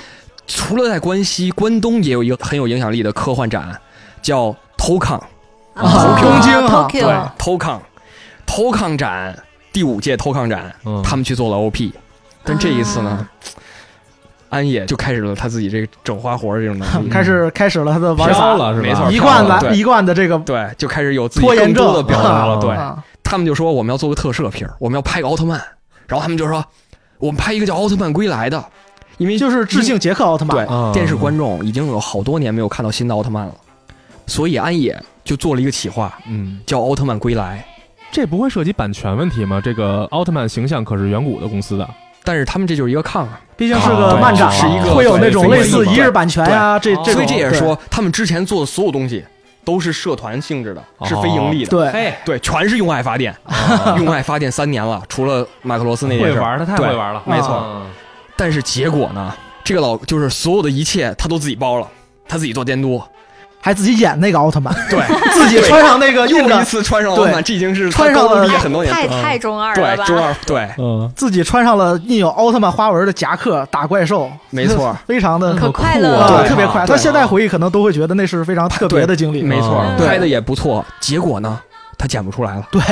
D: 除了在关西，关东也有一个很有影响力的科幻展，叫 Tocon
E: 啊东京啊
B: Tokyo，
D: Tocon Tocon 展第五届 Tocon 展，
C: 嗯
D: 他们去做了 OP，但这一次呢
B: 啊，
D: 安野就开始了他自己这个整花活儿这种能力，
E: 开始开始了他的玩
C: 飘
E: 法，
C: 了是吧？
D: 没错
E: 一贯
D: 嗯飘了
E: 来
D: 对
E: 一贯的这个
D: 对，就开始有自己
E: 拖延
D: 更多
E: 症
D: 的表达
C: 啊
D: 了，对。
E: 啊
D: 他们就说我们要做个特摄片儿，我们要拍个奥特曼，然后他们就说我们拍一个叫《奥特曼归来》的，因为
E: 就是致敬杰克奥特曼。
D: 对、
C: 啊
D: 电视观众已经有好多年没有看到新的奥特曼了，所以安野就做了一个企划
C: 嗯，
D: 叫《奥特曼归来
C: 这不会涉及版权问题吗？这个奥特曼形象可是远古的公司的，》，
D: 但是他们这就是一个啊抗，
E: 毕竟是个漫展
C: 啊对
E: 嘛，
C: 是一个
E: 会有那种
C: 对
E: 类似
C: 对
E: 一日版权呀，这
G: 对
E: 这
D: 所
E: 种
D: 以这也是说他们之前做的所有东西都是社团性质的，是非盈利的。
E: 对对
G: 哎，
D: 对，全是用爱发电，
C: 啊嗯
D: 用爱发电三年了，除了马克罗斯那件
G: 会
D: 事儿，
G: 玩，他太会玩了，
E: 对没错
G: 啊
D: 但是结果呢，这个老就是所有的一切他都自己包了，他自己做监督，
E: 还自己演那个奥 特曼，
D: 对，
E: 自己穿上那个
D: 又
E: 印
D: 一
E: 着
D: 次穿上了奥特曼，这已经是
E: 穿上
D: 他
E: 了
D: 高中毕业很多年，
B: 太太中二了吧？
D: 对中二，对
C: 嗯，
E: 自己穿上了印有奥特曼花纹的夹克打怪兽，
D: 没错，
E: 非常的
B: 可快乐
E: 啊
D: 对
E: 特别快。
D: 对
E: 他现在回忆可能都会觉得那是非常特别的经历，
D: 没错
B: 哦
C: 嗯，
D: 拍的也不错。结果呢，他剪不出来了，
E: 对，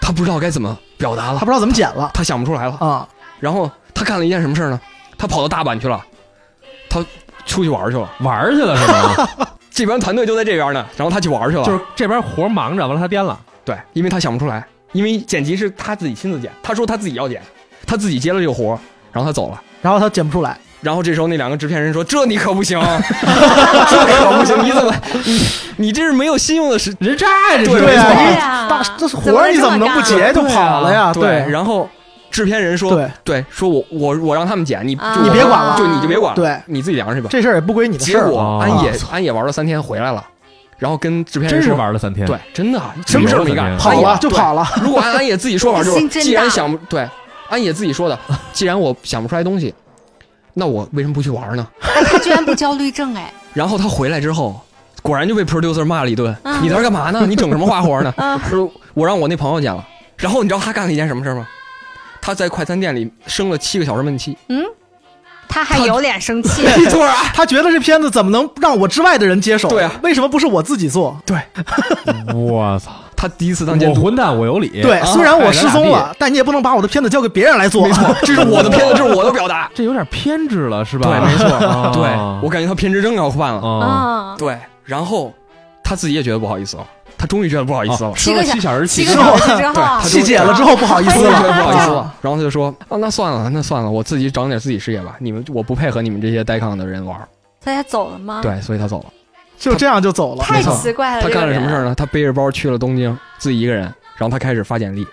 D: 他不知道该怎么表达
E: 他
D: 了
E: 不，知道怎么剪了
D: 他想不出来了。
E: 啊，
D: 然后他干了一件什么事儿呢？他跑到大阪去了，他出去玩儿去了。
C: 玩儿去了是吗？
D: 这边团队就在这边呢，然后他去玩儿去了。
C: 就是这边活儿忙着，完了他颠了，
D: 对，因为他想不出来，因为剪辑是他自己亲自剪，他说他自己要剪，他自己接了这个活儿，然后他走了。
E: 然后他剪不出来，
D: 然后这时候那两个制片人说：“这你可不行，这可不行，你怎么你你这是没有信用的事。”
G: 人渣呀，这是
E: 对啊，
F: 对
E: 你
F: 呀
E: 大这活儿你怎么
D: 啊
E: 能不
F: 怎
E: 结哎就跑了呀？对
D: 然后制片人说：“
E: 对
D: 对，说我我我让他们剪，你就
B: 啊
D: 我
E: 你别管了
D: 就你就别管了，
E: 对
D: 你自己量去吧。
E: 这事儿也不归你的事
D: 结
E: 儿哦
D: 果
C: 啊
D: 安野安野玩了三天回来了，然后跟制片人
C: 真是
D: 说，
C: 玩了三天，
D: 对，真的啊什么事儿没干，
E: 跑
D: 安
E: 了
D: 野
E: 就。跑了，
D: 哎对如果按安野自己说法，就
B: 心
D: 是
B: 真
D: 既然
B: 大
D: 想不对，安野自己说的，既然我想不出来东西，那我为什么不去玩呢？
B: 哎他居然不焦虑症哎，
D: 然后他回来之后，果然就被 producer 骂了一顿。
C: 啊
B: 嗯
D: 你在这干嘛 呢？你整什么花活呢？
B: 嗯
D: 说我让我那朋友剪了。然后你知道他干了一件什么事儿吗？他在快餐店里生了七个小时闷气，
F: 他还有脸生气？
E: 没错啊，他觉得这片子怎么能让我之外的人接手？
D: 对啊，
E: 为什么不是我自己做？
C: 我操，
D: 他第一次当监
C: 我
D: 督，
C: 混蛋，我有理。
E: 对，
C: 啊
E: 虽然我
C: 哎
E: 失
C: 咱
E: 踪
C: 俩
E: 了，但你也不能把我的片子交给别人来做啊
D: 没。错，这是我的片子，这是我的表达。
C: 这有点偏执了，是吧？
D: 对没错
C: 啊
D: 对我感觉他偏执症要犯了。
C: 啊，
F: 啊，
D: 对，然后他自己也觉得不好意思了，他终于觉得不好意思了。
C: 吃了七小时
F: 七个
C: 起诉，
F: 小时之后
D: 对，
E: 细解了之后不好意
D: 他
E: 思
D: 终于觉
E: 了，
D: 得不好意思了，然后他就说：“啊，那算了，那算了，我自己找点自己事业吧。你们，我不配合你们这些呆抗的人玩儿。
B: 大家走了
C: 啊
B: 吗？
D: 对，所以他走了。
E: 就这样就走了。
F: 太
D: 没错
F: 奇怪了。
D: 他
F: 这个
D: 干了什么
F: 人
D: 哎事儿呢？他背着包去了东京，自己一个人，然后他开始发简历。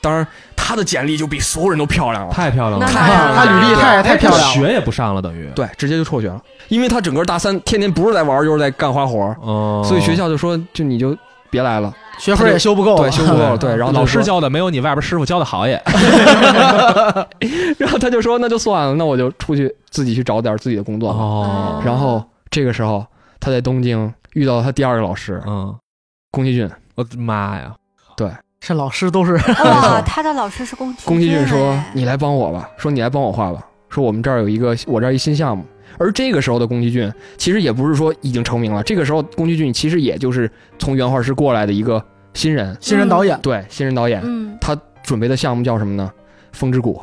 D: 当然，他的简历就比所有人都漂亮了。
C: 太漂亮了，哎
B: 那
E: 太漂亮了他履历太太漂亮了
C: 学也不上了，等于。
D: 对，直接就辍学了，因为他整个大三天天不是在玩儿就是在干花活儿，
C: 哦，
D: 所以学校就说：就你就别来了。
E: 学分也修不够了
D: 对，修不够 了。对，然后他
C: 哦老
D: 哦就
C: 师
D: 说
C: 教的没有你外边师傅教的好也。
D: 然后他就说那就算了，那我就出去自己去找点自己的工作吧。
C: 哦，
D: 然后这个时候他在东京遇到了他第二个老师
C: 嗯，
D: 宫崎骏，
C: 我的妈呀，
E: 这老师都是
B: 哇，他的老师是宫崎
D: 宫崎骏说
B: 哎
D: 你来帮我吧，说你来帮我画吧，说我们这儿有一个我这儿一新项目。而这个时候的宫崎骏其实也不是说已经成名了，这个时候宫崎骏其实也就是从原画师过来的一个新人，
E: 新人导演，
D: 对，新人导演。
B: 嗯，
D: 他准备的项目叫什么呢？风之谷。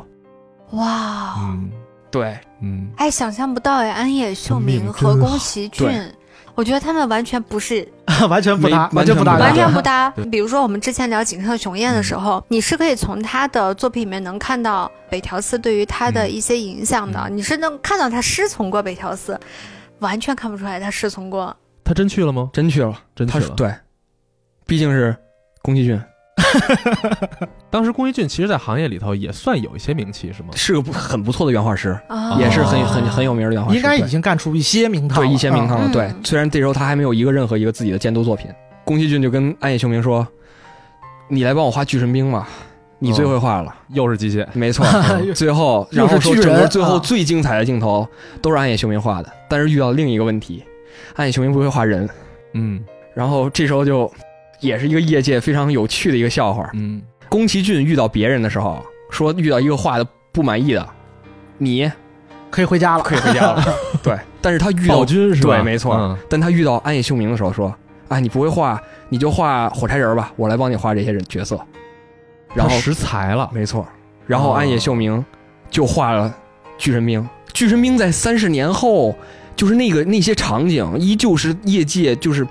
B: 哇，
C: 嗯
D: 对，
C: 嗯，
B: 哎，想象不到哎，安野秀
C: 命
B: 明和
C: 真好
B: 宫崎骏
D: 对，
B: 我觉得他们完全不是，
E: 完全不搭，
D: 嗯没
E: 完全不搭，
B: 完全不
E: 搭。
B: 搭
C: 对。
B: 比如说我们之前聊井上雄彦的时候，
D: 嗯
B: 你是可以从他的作品里面能看到北条司对于他
D: 嗯
B: 的一些影响的，你是能看到他师从过北条司，完全看不出来他师从过。
C: 他真去了吗？
D: 真去了，
C: 真去
D: 他是
C: 了。
D: 对，毕竟是宫崎骏，
C: 当时宫崎骏其实，在行业里头也算有一些名气，是吗？
D: 是个不很不错的原画师，
B: 啊
D: 也是很很很有名的原画师，
E: 应该已
D: 对
E: 经干出一些名堂了，
D: 对一些名堂了。
B: 嗯
D: 对，虽然这时候他还没有一个任何一个自己的监督作品，宫崎骏就跟安野秀明说：“你来帮我画巨神兵吧，你最会画了。
C: 又是机械，
D: 没 错，
E: 嗯。
D: 最后
E: 又
D: 然
E: 是
D: 后说
E: 巨
D: 整
E: 人
D: 个最后
E: 啊
D: 最精彩的镜头都是安野秀明画的，但是遇到另一个问题，安野秀明不会画人。
C: 嗯
D: 然后这时候就也是一个业界非常有趣的一个笑话，
C: 嗯，
D: 宫崎骏遇到别人的时候说遇到一个画的不满意的，你
E: 可以回家了。
D: 可以回家 了。对，但是他遇到
C: 暴君是吧？
D: 对没错
C: 嗯
D: 但他遇到暗夜秀明的时候说：“啊，你不会画，你就画火柴人儿吧，我来帮你画这些人角色。”然后
C: 他，识才了，
D: 没错，然后
C: 哦
D: 暗夜秀明就画了巨神兵。巨神兵在三十年后，就是那个那些场景，依旧是业界就是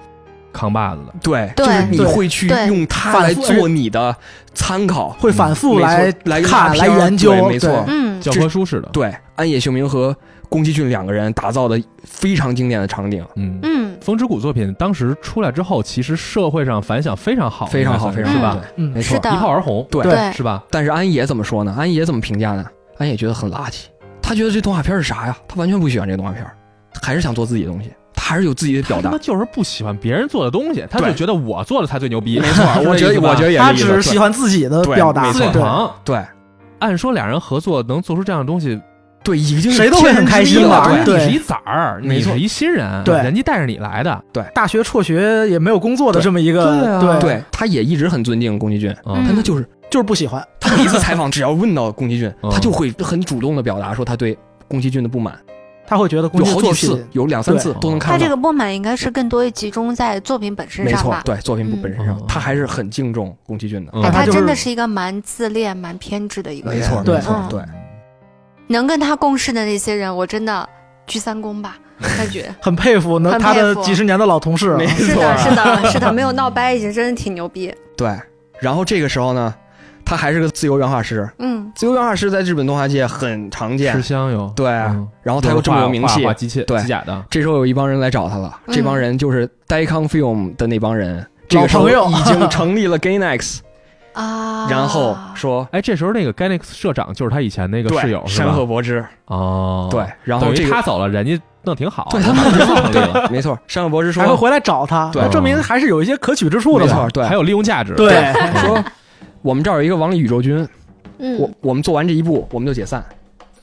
C: 扛把子的。
D: 对，
B: 对
D: 就是你
E: 对
D: 会去
B: 对
D: 用它
E: 反
D: 来
E: 复
D: 做你的参考，
E: 会反
D: 嗯
E: 复
D: 没错
E: 来
D: 来
E: 看、来
D: 片儿
E: 研究，
D: 对没错
E: 对
B: 嗯，
C: 教科书似的，
D: 对，安野秀明和宫崎骏两个人打造的非常经典的场景，
C: 嗯，
B: 嗯，
C: 《风之谷》作品当时出来之后，其实社会上反响非常好，
D: 非常好，非
C: 应
D: 常
C: 该
D: 好，
B: 好
C: 算是是吧？
D: 对
E: 嗯
D: 没错
B: 是，的
C: 一炮而红，
D: 对
E: 对
C: 是吧？
D: 但是安野怎么说呢？安野怎么评价呢？安野觉得很垃圾，他觉得这动画片是啥呀？他完全不喜欢这个动画片，他还是想做自己的东西，他还是有自己的表
C: 他他妈
D: 达。
C: 就是不喜欢别人做的东西，他就
D: 对
C: 觉得我做的才最牛逼。，
D: 没错 我觉得我觉得也
E: 他
D: 这
E: 只
D: 意
E: 是
D: 思
E: 喜欢自己的
D: 对
E: 表达，
D: 没
C: 自己
D: 错
E: 对，
C: 狂。
D: 对
C: 啊按说俩人合作能做出这样的东西，
D: 对，已经是
E: 谁都会很开心
D: 天
E: 的
D: 人之一
E: 对
D: 了
C: 你是一崽儿，
D: 没
C: 你
D: 错
C: 是一新人，
E: 对
C: 人家带着你来的，
E: 大学辍学也没有工作的这么一个，
C: 对啊
E: 对
D: 对，对，他也一直很尊敬宫崎骏，
C: 嗯
D: 但他就是
E: 就是不喜欢。
D: 他每一次采访，只要问到宫崎骏，
C: 嗯
D: 他就会很主动的表达说他对宫崎骏的不满，
E: 他会觉得
D: 有
E: 工
D: 好
E: 作
D: 几
E: 作
D: 次
E: 品，
D: 有两三次
C: 对
D: 都能
B: 他
D: 看
B: 这
D: 到。
B: 个不满应该是更多集中在作品本身
D: 没
B: 上
D: 错
B: 吧，？
D: 对作品部本身上
C: 嗯，
D: 他还是很敬重宫崎骏的。
C: 嗯
B: 哎，
E: 但
B: 他
E: 他就是
B: 真的是一个蛮自恋、蛮偏执的一个人。
D: 没错，
E: 对
D: 没错
B: 嗯，
D: 对。
B: 能跟他共事的那些人，我真的鞠三躬吧，感觉
E: 很佩服那
B: 很佩
E: 他的
B: 服
E: 几十年的老同事啊，
D: 没
F: 是
D: 错
F: 的，
D: 啊
F: 是 的，是的，没有闹掰已经真的挺牛逼。
D: 对，然后这个时候呢，他还是个自由原画师，
B: 嗯，
D: 自由原画师在日本动画界很常
C: 吃
D: 见，
C: 香哟。
D: 对
C: 嗯
D: 然后他又这么有名气
C: 画画，机器
D: 对
C: 机甲的，
D: 这时候有一帮人来找他了，
B: 嗯
D: 这帮人就是 Dicon Film 的那帮人，这个时候
E: 朋友
D: 已经成立了 Gainax，
F: 嗯
B: 啊，
D: 然后说
C: 哎，这时候那个 Ganex 社长就是他以前那个室友
D: 对
C: 是
D: 山
C: 吧
D: 贺？博之，
C: 哦，
D: 对，，然
C: 等
D: 后
C: 于
D: 这
C: 他
D: 个
C: 走了，人家弄挺好，
D: 对他
C: 马上成立了，
D: 没错，山贺博之说
E: 还会回来找他，
D: 对
E: 那证明还是有一些可取之处的
D: 没
E: 嘛
D: 错，。对
C: 还，有利用价值，
E: 对，
D: 说我们这儿有一个王力宇宙军，
B: 嗯，
D: 我我们做完这一步我们就解散，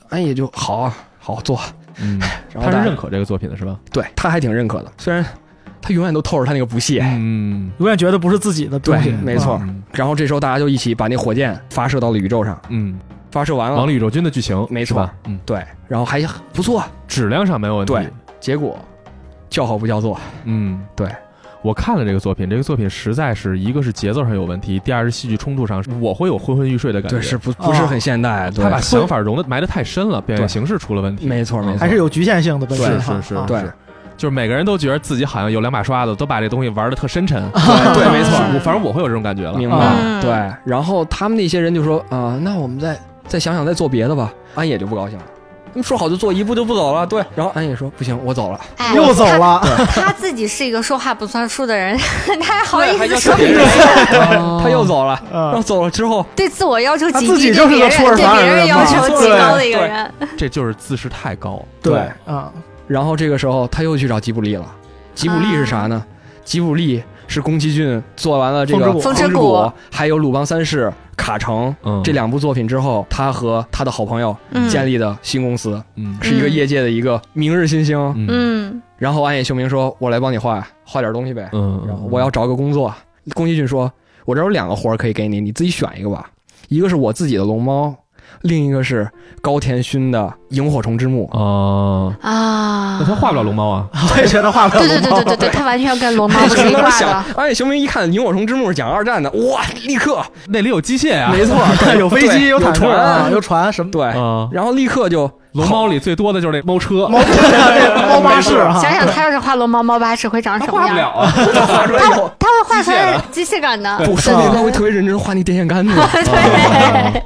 D: 哎也就好啊，好做，
C: 嗯，他
D: 然后
C: 是
D: 大家
C: 认可这个作品的是吧？
D: 对，他还挺认可的，虽然他永远都透着他那个不屑，
C: 嗯，
E: 永远觉得不是自己的东西，
D: 对没错
E: 啊
C: 嗯
D: 然后这时候大家就一起把那火箭发射到了宇宙上，
C: 嗯，
D: 发射完了
C: 王，李宇宙军的剧情，
D: 没
C: 是
D: 错
C: 吧，嗯，
D: 对，然后还不错，
C: 质量上没有问题，
D: 对结果叫好不叫座，
C: 嗯，
D: 对。
C: 我看了这个作品，这个作品实在是一个是节奏上有问题，第二是戏剧冲突上，我会有昏昏欲睡的感觉。
D: 对，是不不是很现代，对
C: 他把想法融的埋得太深了，表演
D: 对
C: 形式出了问题。
D: 没错没错，
E: 还啊是有局限性的本身
C: 是
E: 哈
C: 是是
E: 啊，
D: 对
C: 就是每个人都觉得自己好像有两把刷子，都把这东西玩的特深 沉。
D: 对对没
C: 我
D: 错，
C: 反正我会有这种感觉了。啊
D: 明白
E: 嗯
D: 了对。然后他们那些人就说啊，那我们再再想想再做别的吧。安野就不高兴了，他们说好就做一步就不走了，对。然后安野说不行，我走了，
B: 哎
E: 又走了，
B: 他他自己是一个说话不算数的人， 他还好
D: 对还
B: 意
D: 要
B: 思
D: 求
B: 说
D: 别
B: 别
D: 人
B: 人，
D: 他又走了。然后
E: 嗯，
D: 走了之后，
B: 对自我要求
E: 他
B: 极
E: 自己
B: 低，
E: 就
B: 对别
E: 是个
B: 人
E: 出尔
B: 对
E: 反尔
B: 别
E: 的
B: 人
E: 人
B: 要
E: 嘛
B: 求极
E: 对
B: 高的一个
D: 对
B: 人。
C: 这就是自视太高。
E: 对啊，
D: 然后这个时候他又去找吉卜力了。吉卜力是啥呢？吉卜力是宫崎骏做完了这个
B: 啊之
D: 《
E: 风
B: 谷风之谷
D: 谷》，还有《鲁邦三世》《卡城》
C: 嗯，
D: 这两部作品之后，他和他的好朋友
B: 嗯
D: 建立的新公司，
C: 嗯
D: 是一个业界的一个明日新星。
C: 嗯
B: 嗯，
D: 然后暗夜秀明说：“我来帮你画，画点东西呗。
C: 嗯，
D: 然后我要找个工作。宫崎骏说：“我这有两个活儿可以给你，你自己选一个吧。一个是我自己的龙猫，另一个是高田勋的《萤火虫之墓》。
C: 哦，
B: 啊
C: 那他画不了龙猫啊。
E: 我也觉得画不了
B: 对对
E: 龙
B: 对
E: 猫
B: 对对对，他完全跟 龙猫不是一
D: 当
B: 挂
D: 时 想
B: 的。，
D: 暗夜雄哎明一看《萤火虫之墓》是讲二战的，哇，立刻
C: 那里有机械啊。
D: 没 错，
E: 有飞
D: 对
E: 机，有坦克，
D: 船
E: 啊有船什么
D: 对，
C: 啊，
D: 然后立刻就
C: 龙猫里最多的就是那猫车，
E: 猫猫巴士啊，
B: 想想他要是画龙猫猫巴士会长
C: 它
B: 什
C: 画
B: 么
C: 不了
B: 样？
C: 啊。
D: 画出来以后，
B: 他会画出
C: 机械
B: 来机械感的。
D: 不，甚至他会特别认真地画那电线杆 子。嗯
C: 对，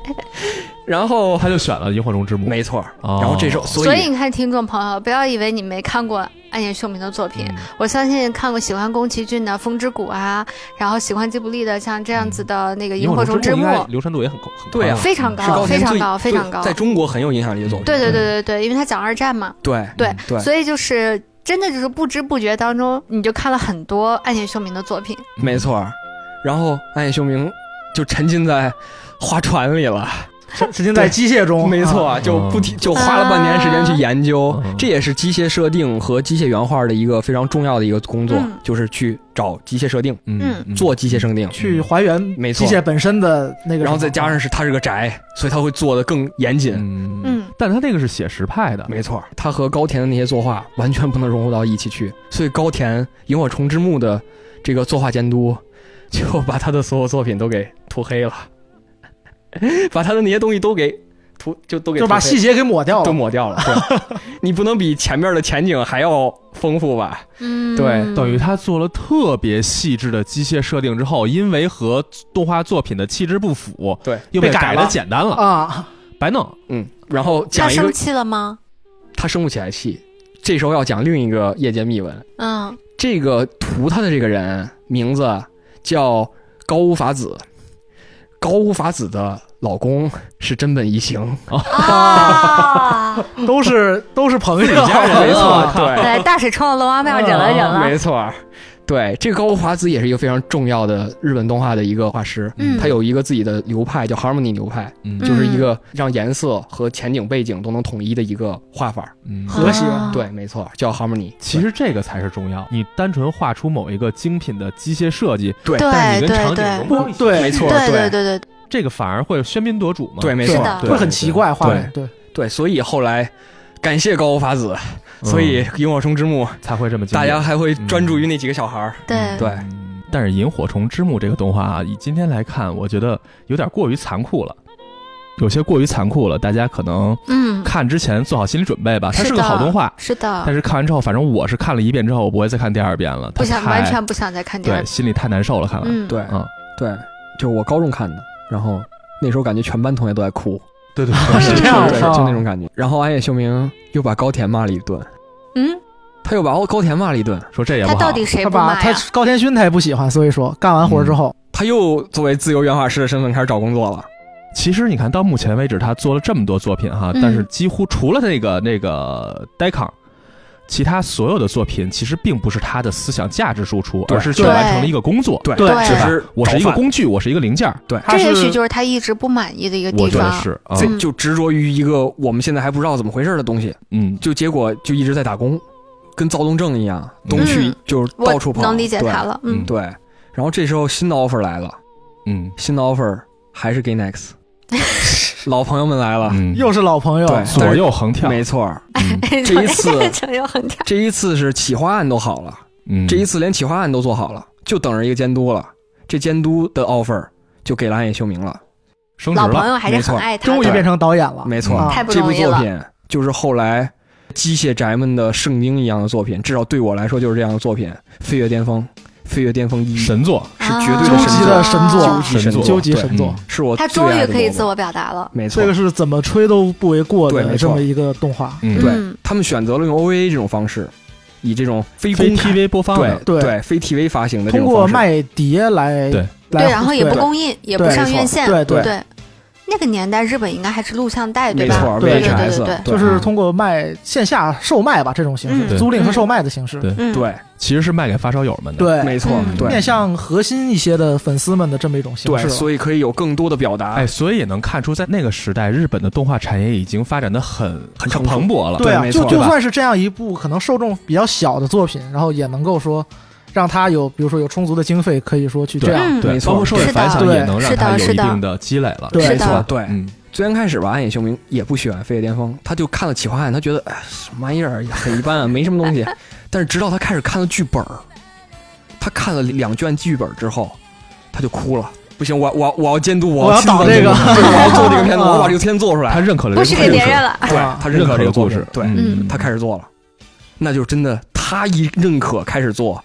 D: 然后
C: 哦他就选了《萤火虫之墓》。
D: 没错，
C: 哦
D: 然后这时候
B: 所
D: 所
B: 以你看，听众朋友，不要以为你没看过暗夜秀明的作
C: 嗯
D: 嗯
B: 品，我相信看过喜欢宫崎骏的《风之谷》啊，然后喜欢吉卜力的像这样子的那个《
C: 《
B: 萤火虫之墓》，》
C: 墓流传度也很高，很高
D: 对啊
B: 非常
D: 是
B: 高，
D: 高
B: 非
D: 田
B: 常
D: 最
B: 高，非常高。
D: 在中国很有影响力的作品。
B: 对对对对对，因为他讲二战嘛，
D: 对
B: 对
D: 对
B: 所以就是真的就是不知不觉当中，你就看了很多暗夜秀明的作品。
D: 没错。然后暗夜秀明就沉浸在划船里了，
E: 沉沉浸在机械中，
D: 没
E: 啊，
D: 错，就不
C: 嗯
D: 提，就花了半年时间
B: 嗯
D: 去研究
C: 啊，
D: 这也是机械设定和机械原画的一个非常重要的一个工作
B: 嗯，
D: 就是去找机械设定，
C: 嗯，
D: 做机械设定。
E: 去还原
D: 嗯没错
E: 机械本身的那个，啊
D: 然后再加上是他是个宅，所以他会做的更严谨。
C: 嗯嗯，
B: 嗯，
C: 但他这个是写实派的，
D: 没错，他和高田的那些作画完全不能融入到一起去，所以高田《萤火虫之墓》的这个作画监督就把他的所有作品都给涂黑了， 把他的那些东西都给涂，就都给
E: 就把
D: 涂黑
E: 细节给抹掉
D: 都
E: 了。
D: 抹掉了。对， 你不能比前面的前景还要丰富吧？
B: 嗯，
D: 对
C: 等于他做了特别细致的机械设定之后，因为和动画作品的气质不符，
D: 对，
C: 又
E: 被改
C: 改的
E: 了
C: 简单了，
E: 啊，
C: 白弄。
D: 嗯，然后
B: 他
D: 讲一
B: 生
D: 个
B: 气了吗？
D: 他生不起来气，这时候要讲另一个夜间秘闻。
B: 嗯
D: 这个图他的这个人名字叫高屋法子，高屋法子的老公是真本一行，
B: 啊，
E: 都是都是朋 友，
D: 没错
E: 啊，
D: 对，啊
B: 对，大水冲了龙王庙，哦忍了忍了。 啊
D: 没错，对，这个高屋法子也是一个非常重要的日本动画的一个画师，
B: 嗯
D: 他有一个自己的流派叫 Harmony 流派，
C: 嗯
D: 就是一个让颜色和前景背景都能统一的一个画法，
C: 嗯，
E: 和谐
B: 啊
D: 对，没错，叫 Harmony。
C: 其实这个才是重要。你单纯画出某一个精品的机械设计，
D: 对
C: 但是你
B: 对
C: 跟场
B: 对
C: 景
B: 对
C: 融不到一起，
E: 对
D: 没错，
B: 对
D: 对
B: 对对对，
C: 这个反而会喧宾夺主嘛。
D: 对，没
E: 是
D: 错，
B: 的
C: 对
E: 会很奇怪画面。对，
D: 对，所以后来感谢高屋法子，
C: 嗯，
D: 所以《萤火虫之墓》
C: 才会这么经
D: 大
C: 典。
D: 家还会专注于那几个小孩儿。
B: 对
D: 对
C: 嗯但是《萤火虫之墓》这个动画啊，以今天来看，我觉得有点过于残酷了，有些过于残酷了。大家可能
B: 嗯，
C: 看之前做好心理准备吧，它
B: 是
C: 是个
B: 的嗯
C: 好动画，
B: 是
C: 但
B: 的，
C: 是看完之后，反正我是看了一遍之后，我不会再看第二遍了。
B: 不
C: 它
B: 想
C: 太
B: 完全不想再看第二
C: 对，
B: 遍。
C: 心里太难受了，看完。
B: 嗯，
D: 对
C: 嗯，
D: 对，就是我高中看的，然后那时候感觉全班同学都在哭，
C: 对对
E: 是
B: 嗯
C: 对，
E: 这样
D: 对，
E: 的
D: 就那种感觉。然后安野秀明又把高田骂了一顿，
B: 嗯，
D: 他又把高田骂了一顿，
C: 说这也
B: 他
C: 不
B: 到
C: 好。
B: 底谁
E: 他
B: 不啊
E: 把
B: 骂
E: 他
B: 呀？
E: 高田勋他也不喜欢，所以说干完活之后，
D: 他又作为自由原画师的身份开始找工作了。
C: 其实你看到目前为止，他做了这么多作品哈，
B: 嗯
C: 但是几乎除了那个那个 d e c o n 其他所有的作品其实并不是他的思想价值输出，
D: 对
C: 而是去
E: 对
C: 完成了一个工作。
D: 对
E: 对
C: 是吧
D: 只是
C: 我是一
D: 找
C: 个
D: 饭
C: 工具，我是一个零件儿。
D: 对，
E: 他
B: 这也许
E: 是
B: 就是他一直不满意的一个
C: 我
B: 呃地
C: 觉得
B: 方。
C: 是啊，
D: 这就执着于一个我们现在还不知道怎么回事的东西，
C: 嗯，
D: 就结果就一直在打工，跟躁动症一样，东去
B: 嗯
D: 就是
B: 我
D: 到处跑。
B: 能理解
D: 对
B: 他了，嗯，
D: 对，然后这时候新的 offer 来了，
C: 嗯，
D: 新的 offer 还是 Gainax， 老朋友们来了，
C: 嗯，
E: 又是老朋友，
D: 对
C: 左右横跳，
D: 没错儿，
C: 嗯
D: 这一次
F: 这又很跳，
D: 这一次是企划案都好了，
C: 嗯，
D: 这一次连企划案都做好了，就等着一个监督了。这监督的 offer 就给了暗夜修明了，
C: 升职
B: 老朋
C: 了，
B: 友还是很爱他
E: 终于
B: 的。
E: 变成导演了。
D: 没错，
E: 啊
B: 太不
D: 这部
B: 容易
D: 作
B: 了
D: 品就是后来机械宅们的圣经一样的作品，至少对我来说就是这样的作品，《飞跃巅峰》，《飞跃巅峰一》
C: 神作，
B: 啊
D: 是绝对
E: 终
D: 的
E: 极
D: 神作，
E: 的神作，
C: 极神作
E: 究极神
C: 对
E: 作
C: 嗯，
D: 是我
B: 他
D: 最
B: 终
D: 爱
B: 于
D: 的
B: 可以
D: 萝卜
B: 自我表达了。
D: 没错
E: 这，个是怎么吹都不为过
D: 对
E: 的
D: 没
E: 这
D: 错
E: 么一个动画。
C: 嗯，
D: 对
B: 嗯
D: 他们选择了用 OVA 这种方式，以这种非
C: 非
D: 公开
C: TV 播放的
D: 对，
E: 对
D: 对非 TV 发行的这
E: 通
D: 种
E: 过
D: 方式，
E: 卖碟来
C: 对
E: 来
B: 对，然后也不
E: 对
B: 公映，也不
E: 对
B: 上
D: 没错
B: 院线。
E: 对对
B: 对，那个年代日本应该还是录像带，
D: 没
B: 吧？
D: 错
E: 对对
B: 对对
D: ，VHS
B: 对
E: 就是通过卖线下售卖吧这种形
B: 嗯
E: 式，
C: 对
E: 租赁和售卖的形式
C: 对，
B: 嗯，
D: 对
C: 其实是卖给发烧友们的，，
E: 对，
D: 没错
B: 嗯
D: 对
E: 面向核心一些的粉丝们的这么一种形
D: 对，
E: 式。
D: 所以可以有更多的表达
C: 哎，。所以也能看出，在那个时代，日本的动画产业已经发展的很
D: 很成熟
C: 蓬勃了，
E: 对啊，
D: 对没
E: 就
D: 错
E: 就
D: 对吧
E: 算是这样一部可能受众比较小的作品，然后也能够说让他有，比如说有充足的经费，可以说去这样。
B: 嗯
C: 对，
D: 没
C: 包
D: 错
C: 括社会
B: 是的
C: 反响也
E: 对
C: 能让
B: 是的
C: 它有
B: 是
C: 一
B: 的
C: 定的积累了，
E: 对
B: 是
D: 没错
B: 的，，
D: 对，
C: 嗯，
D: 最开始吧，暗夜秀明也不喜欢《飞跃巅峰》，他就看了企划案，他觉得哎什么玩意儿很一般啊，没什么东 西。但是直到他开始看了剧本儿，他看了两卷剧本之后，他就哭了。不行，我我我要监督，
E: 我要
D: 亲自
E: 导这个
D: 监督对我要做这个片子，我要把这个片子做出
C: 他
D: 来。
C: 认可了
F: 不
C: 这
F: 许
C: 个
F: 给
C: 故
F: 别
C: 事
F: 人了。
D: 对
E: 啊
D: 他认可
C: 可
D: 这个
C: 故
D: 作品对，
C: 嗯，
D: 他开始做了，那就是真的，他一认可开始做，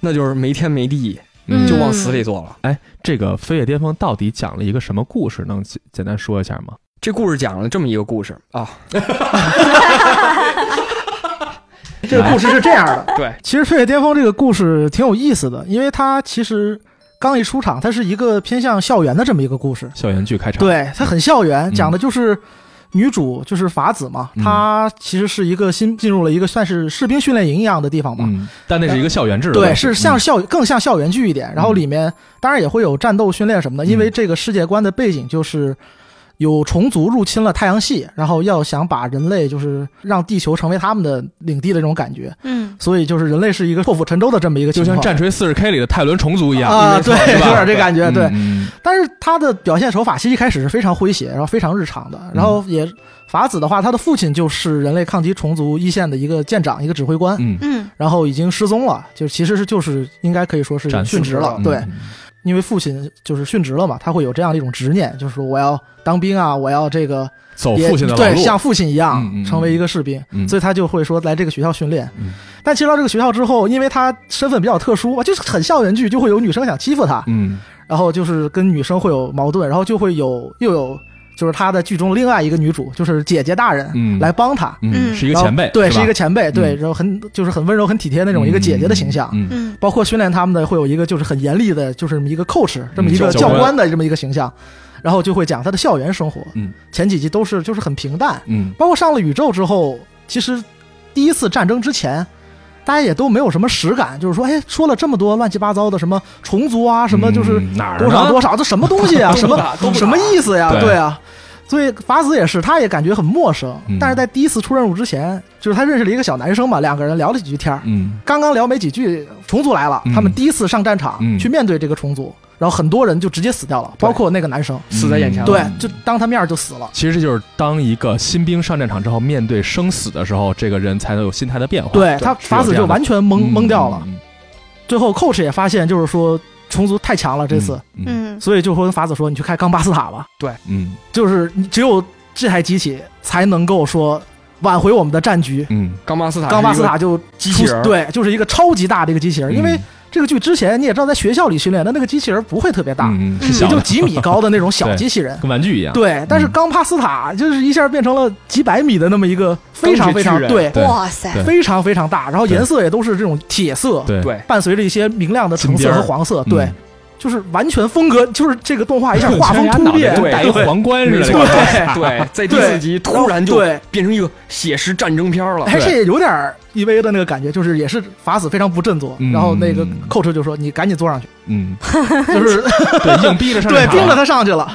D: 那就是没天没地，
C: 嗯
D: 就往死里做了。
C: 这个《飞跃巅峰》到底讲了一个什么故事？能简简单说一下吗？
D: 这故事讲了这么一个故事啊，
E: 这个故事是这样的，
D: 对，
E: 其实《飞跃巅峰》这个故事挺有意思的，因为它其实刚一出场，它是一个偏向校园的这么一个故事。
C: 校园剧开场，，
E: 对，它很校园，
C: 嗯
E: 讲的就是女主就是法子嘛，
C: 嗯
E: 她其实是一个新进入了一个算是士兵训练营一样的地方吧。
C: 嗯，但那是一个校园制的嗯东
E: 对，
C: 西，嗯
E: 是像校更像校园剧一点，然后里面当然也会有战斗训练什么的，
C: 嗯
E: 因为这个世界观的背景就是有虫族入侵了太阳系，然后要想把人类就是让地球成为他们的领地的这种感觉，
B: 嗯，
E: 所以就是人类是一个破釜沉舟的这么一
C: 嗯，
E: 个
C: 就
E: 情况
C: 像《战锤四十 K》里的泰伦虫族一样
E: 啊，对，
C: 是吧
E: 有点这感觉，对。
C: 嗯
E: 但是他的表现手法其实一开始是非常诙谐，然后非常日常的。
C: 嗯
E: 然后也法子的话，他的父亲就是人类抗击虫族一线的一个舰长、一个指挥官，
C: 嗯，
B: 嗯，
E: 然后已经失踪了，就其实是就是应该可以说是
C: 战死
E: 殉职了
C: 嗯。
E: 对，，因为父亲就是殉职了嘛，他会有这样的一种执念，就是说我要当兵啊，我要这个
C: 走
E: 也
C: 哦父亲的老
E: 对，
C: 路，
E: 像父亲一样、
C: 嗯嗯嗯
E: 成为一个士兵，
C: 嗯
E: 所以他就会说来这个学校训练。
C: 嗯
E: 但其实到这个学校之后，因为他身份比较特殊，就是很校园剧，就会有女生想欺负他，
C: 嗯，
E: 然后就是跟女生会有矛盾，然后就会有又有就是他的剧中另外一个女主，就是姐姐大人、
C: 嗯
E: 来帮他，
C: 嗯，
B: 嗯
C: 是一个
E: 然后
C: 前辈，
E: 哦对，
C: 是
E: 是
C: 吧
E: 一个前辈，对，
C: 嗯
E: 然后很就是很温柔、很体贴那种一个姐姐的形象。
C: 嗯，嗯
B: 嗯，
E: 包括训练他们的会有一个就是很严厉的，就是这么一个 coach，这么
C: 嗯
E: 一个
C: 教
E: 教
C: 官
E: 官的这么一个形象，然后就会讲他的校园生活。
C: 嗯，
E: 前几集都是就是很平淡，
C: 嗯
E: 包括上了宇宙之后，其实第一次战争之前。大家也都没有什么实感，就是说，哎，说了这么多乱七八糟的什么虫族啊，什么就是
C: 嗯哪儿
E: 多少
C: 呢
E: 多少，这什么东西 啊，什
D: 都
E: 么
D: 不打
E: 什么意思呀？
C: 对
E: 对啊，所以法子也是，他也感觉很陌生
C: 嗯。
E: 但是在第一次出任务之前，就是他认识了一个小男生嘛，两个人聊了几句天儿，
C: 嗯
E: 刚刚聊没几句，虫族来了
C: 嗯，
E: 他们第一次上战场
C: 嗯
E: 去面对这个虫族，然后很多人就直接死掉了，包括那个男生，
C: 嗯
D: 死在眼前了
E: 对，就当他面儿就死了。
C: 其实这就是当一个新兵上战场之后，面对生死的时候，这个人才能有心态的变化。
E: 对他法子就完全懵懵掉了。
C: 嗯，
E: 最后 coach 也发现，就是说虫族太强了这次，
C: 嗯，
B: 嗯，
E: 所以就跟法子说，你去开钢巴斯塔吧，
C: 嗯
E: 就是你只有这台机器才能够说挽回我们的战局。
C: 嗯
D: 冈巴斯塔，
E: 钢巴斯塔就
D: 机器人
E: 出对，就是一个超级大的一个机器人，
C: 嗯，
E: 因为这个剧之前你也知道，在学校里训练的那个机器人不会特别大，
C: 嗯，嗯
B: 嗯
C: 是小
E: 也
C: 的
E: 就几米高的那种小
C: 对嗯
E: 机器人。
C: 跟玩具一样。
E: 对，但是冈帕斯塔就是一下变成了几百米的那么一个非常非常
D: 钢铁巨
E: 对
C: 对
B: 哇塞，
C: 对
E: 非常非常大，然后
C: 对
E: 颜色也都是这种铁色，
C: 对
D: 对
E: 伴随着一些明亮的橙
C: 金
E: 色
C: 边儿
E: 和黄色，
C: 嗯
E: 啊对，就是完全风格，就是这个动画一下画风
C: 全家
E: 突
C: 脑袋
E: 变，
C: 跟戴一皇冠似
D: 没
C: 的。
D: 错，
C: 这个
D: 对对，在第四集突然就
E: 对，哎
D: 变成一个写实战争片
C: 哦
D: 了。
E: 而且也有点儿 EVA 的那个感觉，就是也是法死非常不振作
C: 嗯，
E: 然后那个 coach 就说你赶紧坐 上去，
C: 嗯，
E: 就是
C: 对，硬逼着上
E: 对
C: 战场
E: 盯着他上去了。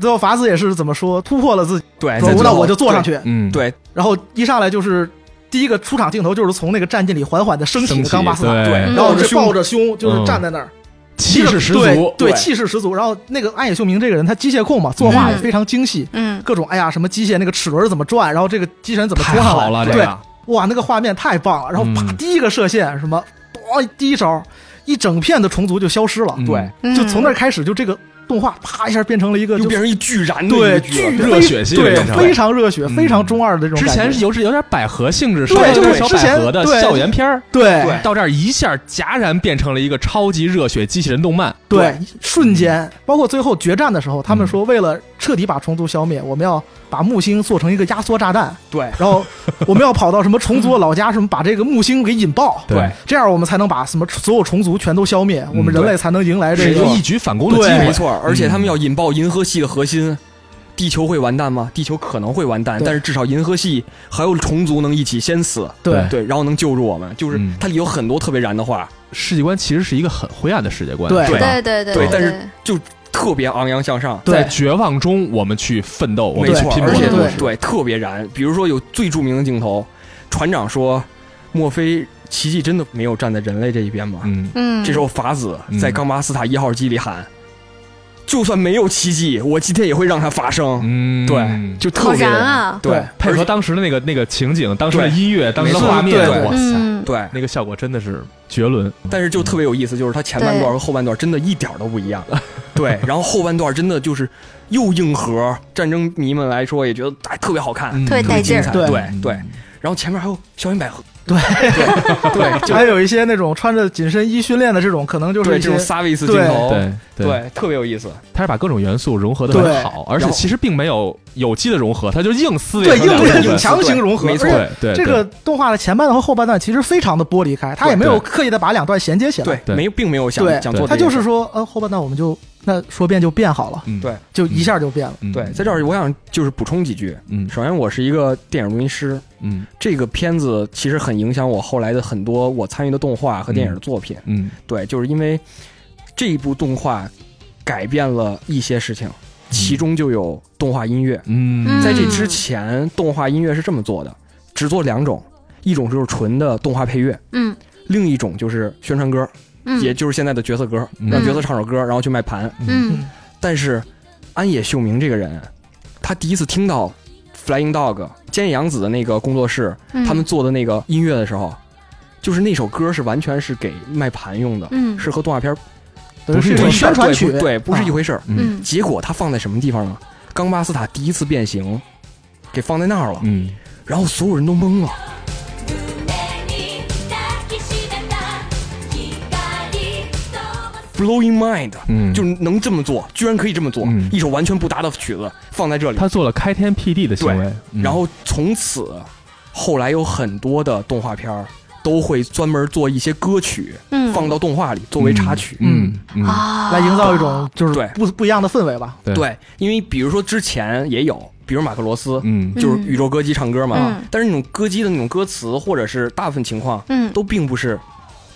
E: 最后法子也是怎么说，突破了自己，
D: 对，
C: 哎
E: 说
D: 在
E: 那
D: 最后
E: 我就坐上。去，
C: 嗯，
D: 对对
E: 然后一上来就是第一个出场镜头，就是从那个战舰里缓缓的升起
C: 升
E: 的
C: 起
E: 钢巴斯塔，
C: 对
E: 然后
D: 抱着
E: 是
D: 胸
E: 抱着胸就是站在那儿，
C: 嗯气势十足
E: 对对，
C: 对
E: 气势十足。然后那个安野秀明这个人，他机械控嘛，作画也
B: 嗯
E: 非常精细，
B: 嗯，
E: 各种哎呀什么机械那个齿轮怎么转，然后这个机器人怎么
C: 太
E: 冲上
C: 好
E: 来，
C: 了，这
E: 对，
C: 个
E: 哇，那个画面太棒了。然后啪，
C: 嗯
E: 第一个射线什么，咣，第一招，一整片的虫族就消失了，
C: 嗯
E: 对，
B: 嗯
E: 就从那儿开始，就这个动画啪一下变成了一个
D: 又
E: 就
D: 变成一巨燃的
E: 对
D: 一个剧
E: 巨
D: 了
C: 热血系
E: 对
C: 列的
E: 非常热血、非常中二的这种
C: 嗯之
E: 感觉。
C: 前是有是有点百合性质，
E: 对
C: 稍微
E: 就是
C: 小
E: 之前
C: 百合的
E: 对
C: 校园片儿，
E: 对
D: 对
C: 到这儿一下戛然变成了一个超级热血机器人动漫，
E: 对，瞬
C: 嗯
E: 间，包括最后决战的时候，他们说为了彻底把虫族消灭，我们要把木星做成一个压缩炸弹，
D: 对
E: 然后我们要跑到什么虫族的老家，什么把这个木星给引爆，
C: 对，嗯
E: 这样我们才能把什么所有虫族全都消灭，我们人类才能迎来这
C: 是一
E: 个
C: 个一举反攻的
E: 对
C: 机
D: 没
C: 会。
D: 错，而且他们要引爆银河系的核心。地球会完蛋吗？地球可能会完蛋，
E: 对
D: 但是至少银河系还有虫族能一起先死，
E: 对
D: 对，然后能救助我们。就是
C: 哎嗯
D: 它里有很多特别燃的话，
C: 世界观其实是一个很灰暗的世界观，
E: 对
C: 是吧？
B: 对对对对，
D: 对但是特别昂扬向上。
C: 在
E: 对
C: 绝望中，我们去奋斗，我
D: 没
C: 们去
D: 错，
C: 拼
D: 而
C: 搏
D: 且
E: 对
C: 的故事。
D: 对特别燃。比如说有最著名的镜头，船长说：“莫非奇迹真的没有站在人类这一边吗？”
C: 嗯，
B: 嗯，
D: 这时候法子
C: 嗯
D: 在冈巴斯塔一号机里喊：“就算没有奇迹，我今天也会让它发生。
C: 嗯，
D: 对，就特
B: 好
D: 别
B: 燃
D: 燃
B: 啊！
D: 对，
C: 配
D: 而
C: 合
D: 且
C: 当时的那个那个情景，当时的
D: 对
C: 音乐，当时的
D: 没错
C: 画面，
E: 对对
C: 哇塞，
B: 嗯，
D: 对，
C: 那个效果真的是绝伦。
D: 但是就特别有意思，就是它前半段和后半段真的一点儿都不一样。 对，然后后半段真的就是又硬核，战争迷们来说也觉得哎特别好看，
C: 嗯
B: 特别
D: 特别
B: 带劲
D: 精
B: 儿
D: 彩。
E: 对
D: 对对，然后前面还有校园百合，
E: 对
D: 对 对，就
E: 还有一些那种穿着紧身衣训练的这种，可能就是
D: 对
E: 一
D: 这种
E: 些
D: service 镜头，
C: 对对，
D: 哦对，特别有意思。
C: 他是把各种元素融合的很
E: 对
C: 好，而且
D: 然后
C: 其实并没有有机的融合，他就硬撕裂
E: 对
C: 成两个部分。
E: 硬硬强行融合，
D: 没错
E: 而且
C: 对对，
E: 这个动画的前半段和后半段其实非常的剥离开，它也没有刻意的把两段衔接起来。
D: 对，
C: 对
D: 没并没有想
E: 对
D: 想做
E: 它
D: 这件
E: 就
D: 事
E: 是说，呃，后半段我们就那说变就变好了，
C: 嗯
D: 对
E: 就一下就变了。
C: 嗯
D: 对，在这儿我想就是补充几句。
C: 嗯
D: 首先，我是一个电影录音师，
C: 嗯
D: 这个片子其实很影响我后来的很多我参与的动画和电影的作品。
C: 嗯
D: 对，就是因为这一部动画改变了一些事情，其中就有动画音乐。
C: 嗯，
B: 嗯
D: 在这之前，动画音乐是这么做的，只做两种，一种就是纯的动画配乐，
B: 嗯
D: 另一种就是宣传歌，
B: 嗯，
D: 也就是现在的角色歌，
C: 嗯
D: 让角色唱首歌，然后去卖盘。
B: 嗯
D: 但是安野秀明这个人，他第一次听到 Flying Dog 菅野洋子的那个工作室
B: 嗯
D: 他们做的那个音乐的时候，就是那首歌是完全是给卖盘用的，
B: 嗯
D: 是和动画片儿
E: 等于
C: 不是
E: 是
C: 一种
E: 一种
D: 对
E: 宣传曲，
D: 对，对不是一回事儿。
C: 嗯
B: 嗯
D: 结果他放在什么地方呢？冈巴斯塔第一次变形，给放在那儿了，
C: 嗯
D: 然后所有人都懵了。Blowing mind，
C: 嗯，
D: 就是能这么做，居然可以这么做，
C: 嗯
D: 一首完全不搭的曲子放在这里，
C: 他做了开天辟地的行为，嗯
D: 然后从此，后来有很多的动画片儿都会专门做一些歌曲、
B: 嗯
D: 放到动画里作为插曲。
C: 嗯嗯嗯
B: 啊，
E: 来营造一种就是
D: 对
E: 不不一样的氛围吧。
C: 对
D: 对，因为比如说之前也有，比如马克罗斯，
C: 嗯
D: 就是宇宙歌姬唱歌嘛，
B: 嗯
D: 但是那种歌姬的那种歌词，或者是大部分情况
B: 嗯
D: 都并不是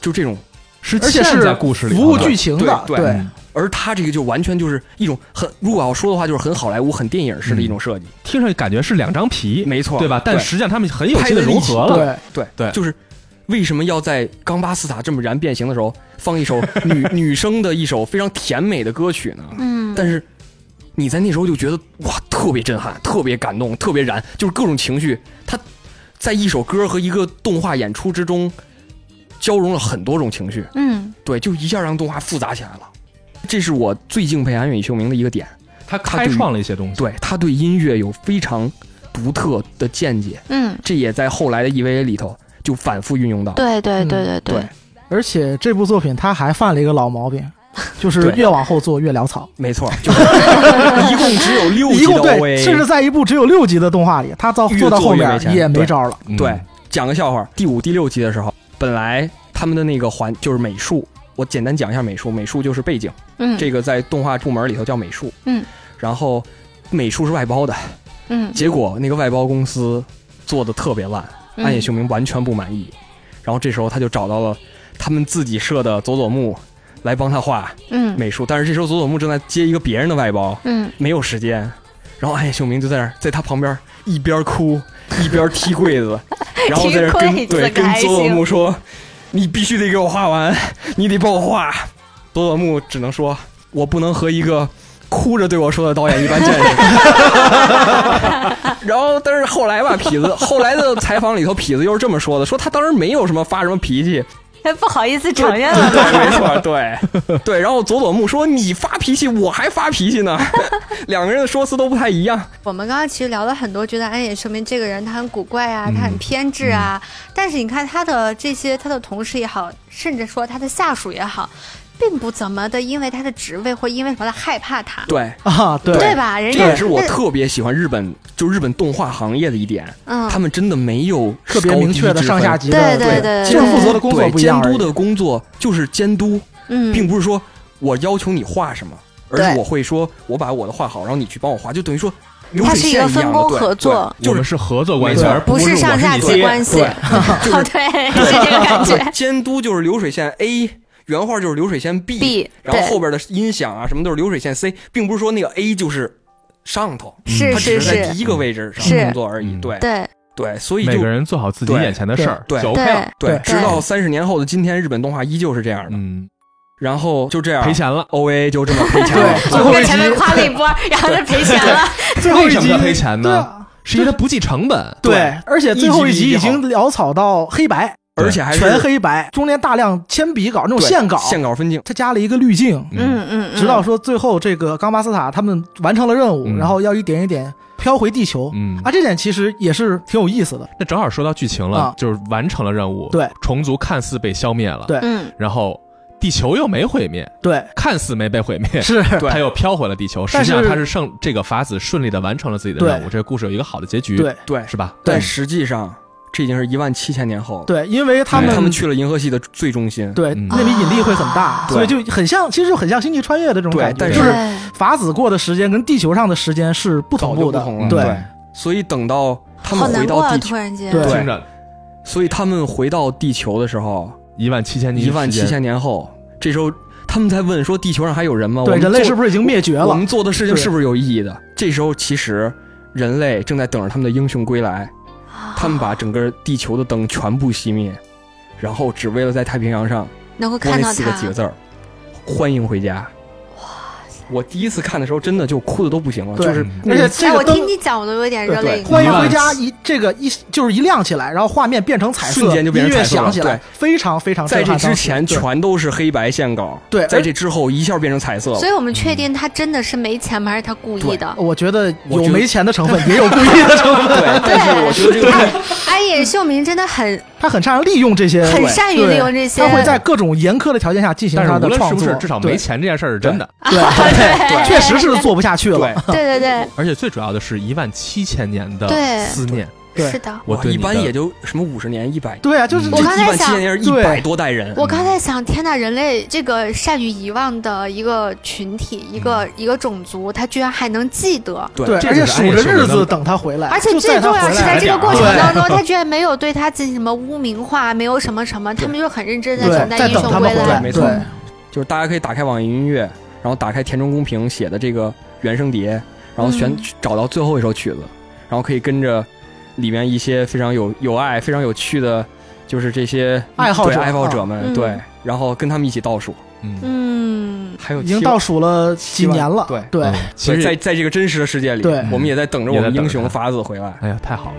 D: 就这种，
C: 是
E: 而且
C: 嵌
E: 是
C: 在故事里头的，
E: 服务剧情的，
D: 对对而他这个就完全就是一种很，如果要说的话，就是很好莱坞、很电影式的一种设计。
C: 听上去感觉是两张皮，
D: 没错，
C: 嗯对吧？但
D: 对
C: 实际上他们很有
D: 拍
C: 机的
D: 得
C: 融
D: 一起
C: 合了，
E: 对
D: 对
C: 对
D: 就是为什么要在冈巴斯塔这么燃变形的时候放一首 女女生的一首非常甜美的歌曲呢？
B: 嗯，
D: 但是你在那时候就觉得哇，特别震撼，特别感动，特别燃，就是各种情绪，它在一首歌和一个动画演出之中交融了很多种情绪，
B: 嗯
D: 对，就一下让动画复杂起来了。这是我最敬佩安野秀明的一个点，
C: 他
D: 他
C: 开
D: 对于
C: 创了一些东西，
D: 对他对音乐有非常独特的见解，
B: 嗯，
D: 这也在后来的 EVA 里头就反复运用到。
B: 对哎对对对
D: 对，
E: 嗯而且这部作品它还犯了一个老毛病，就是
D: 对
E: 越往后做越潦草。
D: 没错，就是 一共只有六
E: 一
D: 集
E: 共
D: 的
E: 对，甚至
D: OVA。
E: 在一部只有六集的动画里，它到
D: 越
E: 做到
D: 做
E: 后
D: 越
E: 面
D: 没钱
E: 也没
D: 对
E: 招了。
C: 嗯
D: 对，讲个笑话，第五、第六集的时候，本来他们的那个环就是美术，我简单讲一下美术，美术就是背景，
B: 嗯
D: 这个在动画部门里头叫美术。
B: 嗯，
D: 然后美术是外包的，
B: 嗯
D: 结果那个外包公司做的特别烂，
B: 嗯
D: 暗夜秀明完全不满意，然后这时候他就找到了他们自己设的佐佐木来帮他画
B: 嗯
D: 美术，但是这时候佐佐木正在接一个别人的外包，
B: 嗯
D: 没有时间。然后暗夜哎秀明就在那儿，在他旁边一边哭一边踢 柜子，然后在
F: 踢
D: 那儿
F: 柜
D: 跟
F: 子
D: 对
F: 可
D: 跟
F: 还
D: 佐佐
F: 行
D: 木说：“你必须得给我画完，你得帮我画。”佐佐木只能说，我不能和一个哭着对我说的导演一 般见识。然后，但是后来吧，痞子后来的采访里头，痞子又是这么说的：说他当时没有什么发什么脾气，
F: 哎，不好意思承认了。
D: 对，没错，对对。然后佐佐木说：“你发脾气，我还发脾气呢。” 两个人的说辞都不太一样。
B: 我们刚刚其实聊了很多，觉得安野秀明这个人他很古怪
D: 嗯
B: 啊，他很偏执啊。但是你看他的这些，他的同事也好，甚至说他的下属也好，并不怎么的因为他的职位或因为什么的害怕他，
D: 对，
E: 啊，对，
B: 对吧？人
D: 这
B: 家
D: 也是我特别喜欢日本，就日本动画行业的一点，
B: 嗯
D: 他，们真的没有
E: 特别明确的上下
D: 级。
E: 级
B: 对
E: 的，
B: 对对
E: 其实负责的工作
D: 对
E: 不一样
D: 监
E: 而已，
D: 督的工作就是监督，
B: 嗯，
D: 并不是说我要求你画什么，而是
B: 对
D: 我会说我把我的画好，然后你去帮我画，就等于说流
B: 它是
D: 水线
B: 一个
D: 样
B: 分
D: 的
B: 工
D: 对
B: 合
D: 对
B: 作，
C: 我们是合作关系，
E: 没错
C: 而
B: 不
C: 是
B: 是上下
C: 我是
B: 级
C: 你
B: 关系
D: 对，
F: 哦，对，是这个感觉。
D: 监督就是流水线 A，原画就是流水线 B，,
B: B，
D: 然后
B: 对
D: 后边的音响啊什么都是流水线 C，并不是说那个 A 就是上头，
B: 是
D: 它
B: 是
D: 只是在
B: 是，
D: 一个位置上
B: 是
D: 工作而已。
C: 嗯
D: 对
B: 对
D: 对，所以
C: 每
D: 就
C: 个人做好自己
D: 嗯对
C: 眼前的事儿
D: 对
C: 就 OK 了
B: 对。，
D: 对
E: 对，
D: 直到三十年后的今天，日本动画依旧是这样的。
C: 嗯，
D: 然后就这样
C: 赔钱了，
D: ，O A 就这么赔钱了。
E: 对
F: 我被前面夸了一波，然后就赔钱了。
E: 最后
C: 为
E: 一
C: 什
E: 集
C: 么要赔钱
E: 对
C: 呢？
E: 啊
C: 是因为它不计成本。
E: 对，而且最后一集已
D: 一集
E: 经潦草到黑白，
D: 而且还是
E: 全黑白，中间大量铅笔稿那种
D: 对
E: 线稿，
D: 线稿分镜。
E: 它加了一个滤镜，
C: 嗯，
B: 嗯嗯，嗯
E: 直到说最后这个冈巴斯塔他们完成了任务，
C: 嗯
E: 然后要一点一点飘回地球。
C: 嗯
E: 啊，这点其实也是挺有意思的。
C: 那正好说到剧情了
E: 啊，
C: 就是完成了任务，
E: 对，
C: 虫族看似被消灭了，
E: 对
B: 嗯
C: 然后地球又没毁灭，
E: 对，
C: 看似没被毁灭，
E: 是，
D: 对
C: 他又飘回了地球。实
E: 但
C: 际
E: 是
C: 上他是胜这个法子顺利的完成了自己的
E: 对
C: 任务，这个故事有一个好的结局，
E: 对
D: 对，
C: 是吧？嗯
D: 但
E: 对
D: 实际上这已经是一万七千年后了。
E: 对，因为他
D: 他
E: 们
D: 们去了银河系的最中心。
E: 对
C: 嗯
E: 那里引力会很大，
D: 对
E: 所以就很像，其实就很像星际穿越的这种
D: 对
E: 感觉，
D: 但
E: 就是是
B: 对
E: 法子过的时间跟地球上的时间是不
D: 早
E: 同
D: 就
E: 步
D: 不
E: 的
D: 同了。，
E: 对
D: 所以等到他
B: 好
D: 们回
B: 难
D: 到
B: 过啊！
D: 地
B: 突
D: 球，
B: 然间，
E: 对
C: 听着
D: 所以他们回到地球的时候，
C: 一万七千年，
D: 一万七，千年后，这时候他们在问说：“地球上还有人吗？我
E: 对，
D: 们
E: 人类
D: 做
E: 是不是已经灭绝
D: 我
E: 了
D: 们？做的事情
E: 对
D: 是不是有意义的？”这时候，其实人类正在等着他们的英雄归来。他们把整个地球的灯全部熄灭，然后只为了在太平洋上
B: 能够
D: 播
B: 看
D: 那
B: 到
D: 四个
B: 他
D: 几个，字儿：“欢迎回家。”我第一次看的时候，真的就哭的都不行了，
E: 对嗯
D: 就是嗯
E: 而且这
B: 哎，
E: 个
B: 我
E: 灯
B: 听你讲，我都有点热泪
D: 对
B: 盈
E: 欢迎
B: 眶
E: 回家一这个一就是一亮起来，然后画面变成彩色，
D: 瞬间就变成
E: 音乐
D: 彩色了
E: 响起来
D: 对，
E: 非常非常
D: 在
E: 震
D: 这
E: 撼
D: 之
E: 当时
D: 前
E: 对
D: 全都是黑白线稿，
E: 对而
D: 在这之后一下变成彩色了
B: 所。以我们确定他真的是没钱吗？还是他故意
D: 哦
B: 的？
E: 我觉得
D: 我
E: 有
D: 觉得
E: 没钱 的成分，也有故意的成分。
D: 对，但是我觉得这个
B: 哎，安野秀明真的 很
E: 他很善于利用这些，
B: 很善于利用这些
E: 他会在各种严苛的条件下进行
C: 但是
E: 他
C: 无
E: 的
C: 论是
E: 创
C: 不
E: 作。
C: 是，至少没
E: 对
C: 钱这件事儿是真的。
E: 对对，确实是做不下去了。
B: 对对对，
C: 而且最主要的是一万七千年的
B: 对
C: 思念，
E: 对
B: 是的。
C: 我
D: 哇
C: 对
D: 一
C: 你的
D: 般也就什么五十年、一百，
E: 对啊，就是
D: 这
B: 我
D: 一
B: 刚才
D: 万七
B: 想
D: 千年是一
E: 对
D: 百多代人，
B: 我刚才想，天呐，人类这个善于遗忘的一个群体，一个一个种族，他居然还能记得，
E: 对，
C: 这
E: 而
C: 就
E: 且
C: 是
E: 数
C: 安野
E: 着
C: 秀明
E: 日
C: 的
E: 子等他回来，
B: 而且
E: 哎就
B: 最
E: 在
B: 重
E: 他
B: 要
E: 回
B: 是
E: 来
B: 在
E: 了
B: 这个过
E: 对
B: 程当中，他居然没有对他进行什么污名化，没有什么什么，他们就很认真的等
E: 对，
B: 待
E: 在
B: 英
E: 等
B: 雄
E: 他们
B: 归
E: 回来，
B: 来。
D: 没错
E: 对
D: 就是大家可以打开网易云音乐，然后打开田中公平写的这个原声碟，然后选、
B: 嗯
D: 找到最后一首曲子，然后可以跟着里面一些非常有有爱、非常有趣的，就是这些
E: 爱好
D: 对
E: 者啊
D: 爱好者们、
B: 嗯
D: 对，然后跟他们一起倒数，
C: 嗯，
B: 嗯，
D: 还有
E: 已经
D: 七
E: 倒数了几年了，
D: 对
E: 对
C: 嗯，其实
D: 在在这个真实的世界里，
E: 对
D: 我们也在等着
C: 也
D: 我
C: 在
D: 们
C: 等
D: 英
C: 着他
D: 雄法子回来。
C: 哎呀，太好了。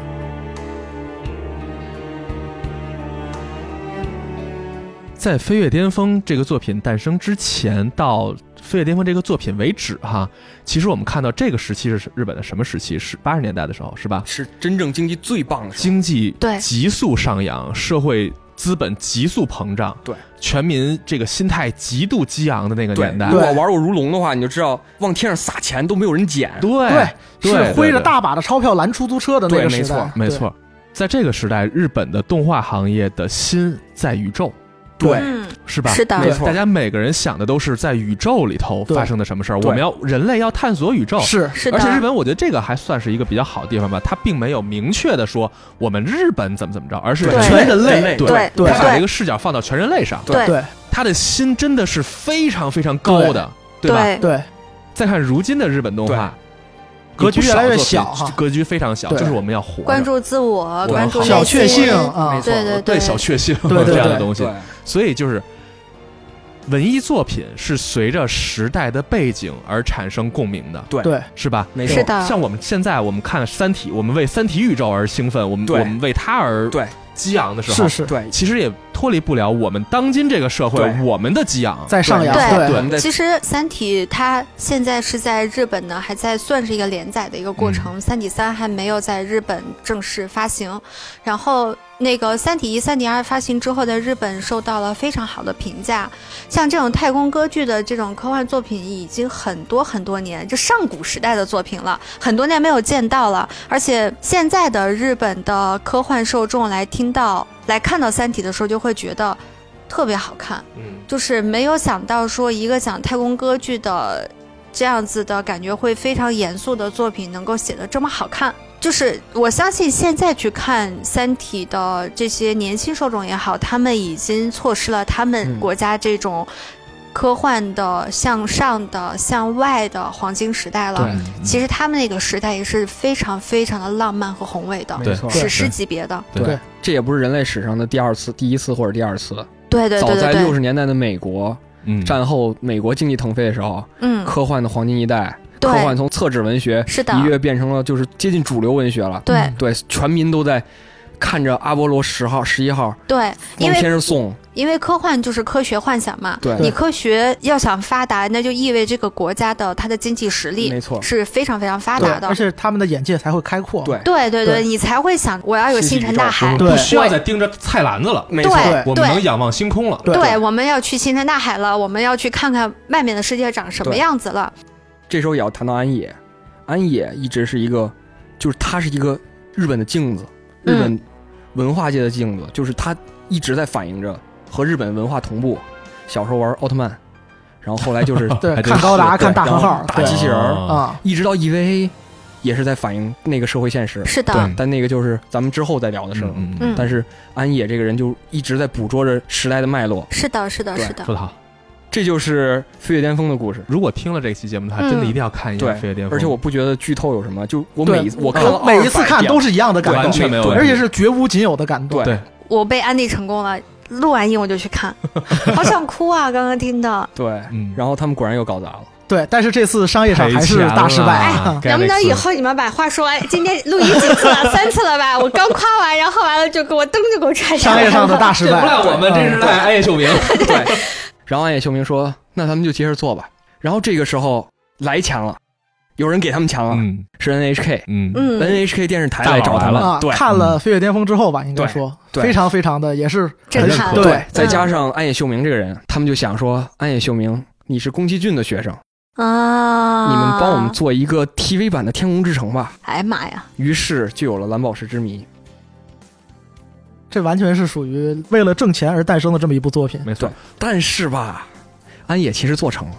C: 在《飞跃巅峰》这个作品诞生之前，到《飞跃巅峰》这个作品为止，哈，其实我们看到这个时期是日本的什么时期？是八十年代的时候，是吧？
D: 是真正经济最棒的时候，
C: 经济
B: 对
C: 急速上扬，社会资本急速膨胀，
D: 对
C: 全民这个心态极度激昂的那个
D: 对
C: 年代，，
D: 如果玩过如龙的话，你就知道往天上撒钱都没有人捡。
C: 对
E: 对
C: 对
E: 是挥着
C: 对
E: 大把的钞票拦出租车的那
D: 对
E: 个
D: 没
E: 时代，
C: 没错，在这个时代，日本的动画行业的心在宇宙，
D: 对
B: 嗯，
C: 是吧？
B: 是的，
D: 没错
C: 大家每个人想的都是在宇宙里头
E: 对
C: 发生的什么事儿，
D: 对
C: 我们要人类要探索宇宙
E: 对，。是
B: 是的。
C: 而且日本，我觉得这个还算是一个比较好的地方吧，它并没有明确的说我们日本怎么怎么着，而是
B: 对
E: 全人类，
D: 人类
C: 对
B: 对
E: 对
C: 它把这个视角放到全人类上，
B: 对
E: 对
C: 他的心真的是非常非常高的，对吧？
B: 对
E: 对
C: 再看如今的日本动画，
E: 对格局越来越小
C: 有不少作品
E: 哈
C: 格局非常小，
E: 对
C: 就是我们要活着
B: 关注自我，
C: 们
B: 关
C: 好
B: 注
C: 好
E: 小
B: 内
E: 确
B: 心
E: 幸啊
D: 没，错
B: 对对
C: 对小确幸
E: 对对
C: 这样的
E: 对
C: 东西
D: 对，
C: 所以就是文艺作品是随着时代的背景而产生共鸣的，
D: 对
E: 对，
C: 是吧？
D: 没
B: 是
D: 错，
B: 的，
C: 像我们现在，我们看《三体》，我们为《三体》宇宙而兴奋，我们
D: 对
C: 我们为它而
D: 对
C: 激昂的时候
E: 是，是，
D: 啊对，
C: 其实也脱离不了我们当今这个社会
D: 对
C: 我们的激昂。
E: 在上扬，
B: 对
D: 我们在
B: 其实《三体》它现在是在日本呢，还在算是一个连载的一个过程，三体三》还没有在日本正式发行。然后那个《三体一》《三体二》发行之后，在日本受到了非常好的评价。像这种太空歌剧的这种科幻作品，已经很多很多年，就上古时代的作品了，很多年没有见到了。而且现在的日本的科幻受众来听到、来看到《三体》的时候，就会觉得特别好看。
C: 嗯，
B: 就是没有想到说一个讲太空歌剧的这样子的感觉会非常严肃的作品能够写得这么好看。就是我相信现在去看《三体》的这些年轻受众也好，他们已经错失了他们
D: 嗯
B: 国家这种科幻的向上的、向外的黄金时代了。
C: 对，
B: 其实他们那个时代也是非常非常的浪漫和宏伟的，
C: 对
D: 没错，
B: 史诗级别的。
C: 对
E: 对
D: 这也不是人类史上的第二次、第一次或者第二次。
B: 对对
D: 早
B: 对
D: 在
B: 对
D: 六
B: 对，
D: 十年代的美国，
C: 嗯，
D: 战后美国经济腾飞的时候，
B: 嗯，
D: 科幻的黄金一代，
B: 对
D: 科幻从厕纸文学
B: 是的，
D: 一跃变成了就是接近主流文学了。
B: 对
E: 嗯
D: 对，全民都在看着阿波罗十号、十一号
B: 对，因
D: 往
B: 为
D: 天上送。
B: 因为科幻就是科学幻想嘛，
D: 对
B: 你科学要想发达，那就意味这个国家的它的经济实力
D: 没错，
B: 是非常非常发达的
E: 而。且他们的眼界才会开阔，
D: 对
B: 对对
E: 对
B: 你才会想我要有星辰大海，
E: 对
C: 不需要再盯着菜篮子了，
D: 没
B: 对
D: 错，
E: 对
C: 我们能仰望星空了。
E: 对
B: 对，我们要去星辰大海了，我们要去看看外面的世界长什么
D: 对
B: 样子了。
D: 这时候也要谈到安野，安野一直是一个，就是他是一个日本的镜子，日本文化界的镜子，就是他一直在反映着和日本文化同步。小时候玩奥特曼，然后后来就是
E: 对
C: 还真
E: 看高达，
D: 是对
E: 看大
D: 然
E: 和
D: 后
E: 号，
D: 打
E: 对
D: 机器人儿
C: 啊，
E: 啊，
D: 一直到 EVA，也是在反映那个社会现实。
B: 是的
C: 对，
D: 但那个就是咱们之后再聊的事儿。
C: 嗯
B: 嗯
D: 但是安野这个人就一直在捕捉着时代的脉络，
B: 是的，是的，
D: 对
B: 是的
C: 说。得好。
D: 这就是《飞越巅峰》的故事。
C: 如果听了这期节目的话，
E: 嗯
C: 真的一定要看一下
D: 对
C: 《飞越巅峰》，
D: 而且我不觉得剧透有什么，就我
E: 对
D: 每一次我看了
E: 我呃每一次看都
D: 是
E: 是一样的感
C: 完
E: 动，
C: 全没有
D: 对
C: 问
E: 而
C: 题，
E: 且是绝无仅有的感动，
D: 对
C: 对
B: 我被安利成功了，录完音我就去看，好想哭啊！刚刚听的，
D: 对。
C: 嗯，
D: 然后他们果然又搞砸了，
E: 对，但是这次商业上还是大失败，
C: 哎
F: 能不能以后你们把话说完？今天录音几次了？三次了吧？我刚夸完，然后完了就给我噔就给我踹下
E: 商
F: 来
E: 业
F: 了。
E: 上的大失败，嗯
C: 赖安野 秀明。
D: 对。然后暗夜秀明说：“那咱们就接着做吧。”然后这个时候来钱了，有人给他们钱了，
C: 嗯
D: 是 NHK，NHK、
C: 嗯，
B: 嗯，
D: NHK 电视台来找他们
C: 大佬来
E: 啊
D: 对，
E: 看了《飞跃巅峰》之后吧，应该
D: 对
E: 说
D: 对
E: 非常非常的也是
B: 震
C: 还
B: 撼，
C: 是
E: 对
D: 再加上暗夜秀明这个人，他们就想说：“暗夜秀明，你是宫崎骏的学生，
B: 啊！
D: 你们帮我们，做一个 TV 版的《天空之城》吧。
B: 哎呀妈呀！”
D: 于是就有了《蓝宝石之谜
E: 这完全是属于为了挣钱而诞生的这么一部作品。
C: 没错
D: 对，》，但是吧，安野其实做成了，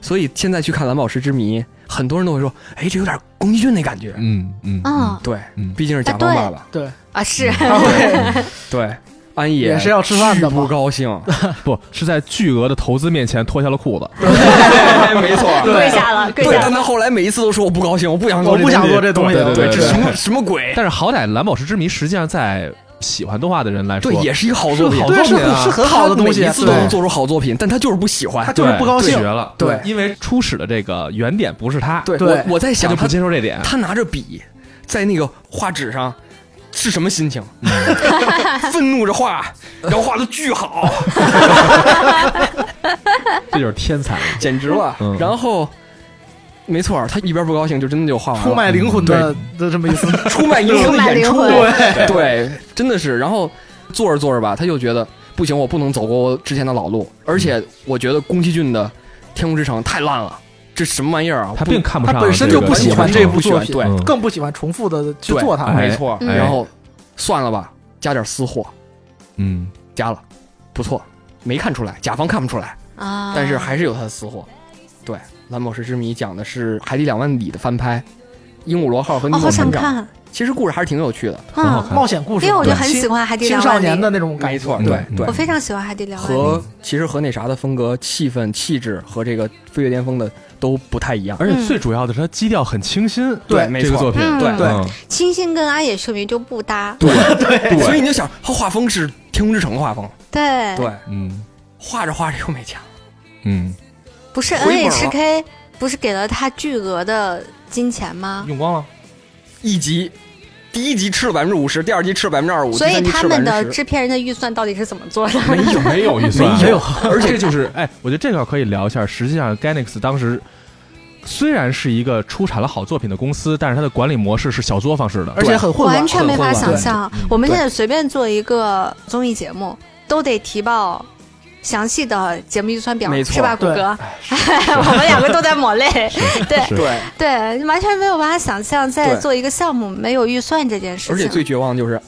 D: 所以现在去看《蓝宝石之谜》，很多人都会说：“哎，这有点宫崎骏那感觉。
C: 嗯嗯
E: 哦
B: 啊
D: 对，
C: 嗯
D: 毕竟是甲方爸爸。
E: 对，
B: 啊是，
E: 他会
D: 对，安野
E: 也是要吃饭的
D: 巨不
E: 嘛。
D: 高 兴，
C: 不是在巨额的投资面前脱下了裤子。
E: 哎
D: 没错。
F: 跪下了，跪
D: 对，
F: 下
D: 但
F: 了。
D: 他后来每一次都说我不高兴，我不想做，
E: 我不想做这东西，
C: 对对
D: 对，这
E: 对
D: 什么什么鬼？
C: 但是好歹《蓝宝石之谜》实际上在喜欢动画的人来说，
D: 对，也是一个好作品，
C: 是好
E: 对，是
C: 作品啊
E: 很是很好的东西
D: 他每一，次都能
E: 对
D: 做出好作品，但他就是不喜欢
E: 他。就是不高兴
C: 对绝。了。
E: 对
C: 因为初始的这个原点不是他，
D: 对，
E: 对
D: 我我在
C: 他
D: 想
C: 就
D: 他
C: 不接受这点。
D: 他拿着笔在那个画纸上。是什么 心情？愤怒着画，然后画的巨好，
C: 这就是天才。
D: 简直了
C: 嗯
D: 然后，没错，他一边不高兴，就真的就画完了。
E: 出卖灵魂的的这么一次，
D: 出卖英雄
B: 出卖
D: 的演
B: 灵
D: 出，
B: 魂
D: 对真的是。然后做着做着吧，他又觉得不行，我不能走过我之前的老路，而且我觉得宫崎骏的《天空之城》太烂了，这什么玩意儿啊？
C: 他
D: 不
C: 并看不上
E: 他
C: 这个，
E: 本身就不喜欢这部作品
D: 对
C: 嗯，
E: 更不喜欢重复的去
D: 对
E: 做它。
C: 哎
D: 没错。
B: 嗯
D: 然后算了吧，加点私货，
C: 嗯，
D: 加了，不错，没看出来，甲方看不出来，
B: 啊，
D: 但是还是有他的私货。对，《蓝宝石之谜》讲的是《海底两万里》的翻拍，鹦鹉螺号和
B: 哦，
D: 尼
B: 好
D: 莫
B: 想
D: 船长。
B: 看，
D: 其实故事还是挺有趣的，
C: 很好
B: 嗯，
C: 看
E: 冒险故事，
B: 因为我就很
E: 对
B: 喜欢《海底
E: 青
B: 两
E: 少
B: 万里
E: 年》的，那种感
D: 没
E: 觉。
D: 错，
C: 嗯
D: 对
C: 嗯
D: 对
B: 我。非常喜欢《海底两万里》。
D: 和其实和那啥的风格、气氛、气质和这个《飞跃巅峰》的都不太一样。
C: 而且最主要的是它基调很清新，
D: 对没
C: 这个作
D: 错
C: 品，
B: 嗯
D: 对
C: 嗯
B: 清新跟安野秀明就不搭，
D: 对对，所以你就想，它画风是《天空之城》的画风，
B: 对
D: 对，
C: 嗯，
D: 画着画着又没钱了，
C: 嗯，
B: 不是
D: 回本了
B: NHK 不是给了他巨额的金钱吗？
C: 用光了。
D: 一集，第一集吃了百分之五十，第二集吃了百分之二十五，
B: 所以
D: 第三集
B: 他
D: 吃了
B: 们的
D: 10%
B: 制片人的预算到底是怎么做的？
C: 没 有没有预算，
E: 没有，
C: 而且就是哎，我觉得这块可以聊一下。实际上，Ganix 当时虽然是一个出产了好作品的公司，但是它的管理模式是小作坊式的，
E: 而且很混乱
B: 完。全没法
D: 混乱
B: 想象
C: 对嗯。
B: 我们现在随便做一个综艺节目，都得提报详细的节目预算表
D: 没，错
B: 是吧？谷
E: 对
B: 歌， 我们两个都在抹 泪。对
C: 是
D: 对，
B: 对，完全没有办法想象在
D: 对
B: 做一个项目没有预算这件事
D: 而且
B: 情。
D: 最绝望的就是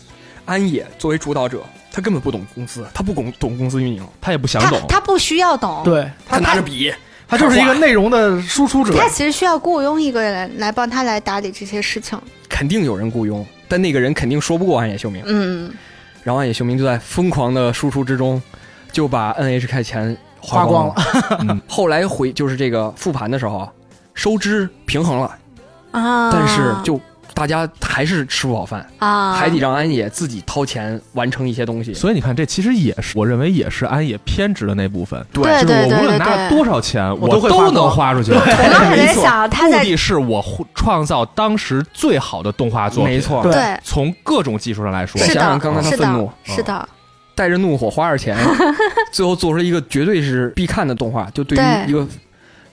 D: 安野作为主导者，他根本不懂公司，他不懂懂公司运营，
C: 他也不想
B: 他
C: 懂。
B: 他不需要懂，
E: 对
D: 他拿着笔，
E: 他就是一个内容的输出者，
B: 他其实需要雇佣一个人来帮他来打理这些事情。
D: 肯定有人雇佣，但那个人肯定说不过安野秀明。
B: 嗯，
D: 然后安野秀明就在疯狂的输出之中，就把 NHK 钱
E: 花
D: 光
E: 光了。
D: 后来回就是这个复盘的时候啊，收支平衡了，
B: 啊，
D: 但是就大家还是吃不饱饭，
B: 啊，
D: 还得让安野自己掏钱完成一些东西。
C: 所以你看，这其实也是我认为也是安野偏执的那部分。
B: 对
C: 就是
B: 对
C: 我
B: 对
C: 无论
B: 对
C: 拿
B: 对
C: 多少钱，
E: 我
C: 都
E: 都会花光
C: 能花出去。
B: 我刚还
D: 没
B: 在
D: 错
B: 想他
C: 目
B: 在
C: 的是我互创造当时最好的动画作品，
D: 没错，
E: 对
B: 对。
C: 从各种技术上来说，
B: 是
D: 想
B: 的，
D: 想刚才他
B: 是
D: 愤怒
B: 的，是的，
D: 带着怒火花 着钱，最后做出了一个绝对是必看的动画，就对
B: 对
D: 于一个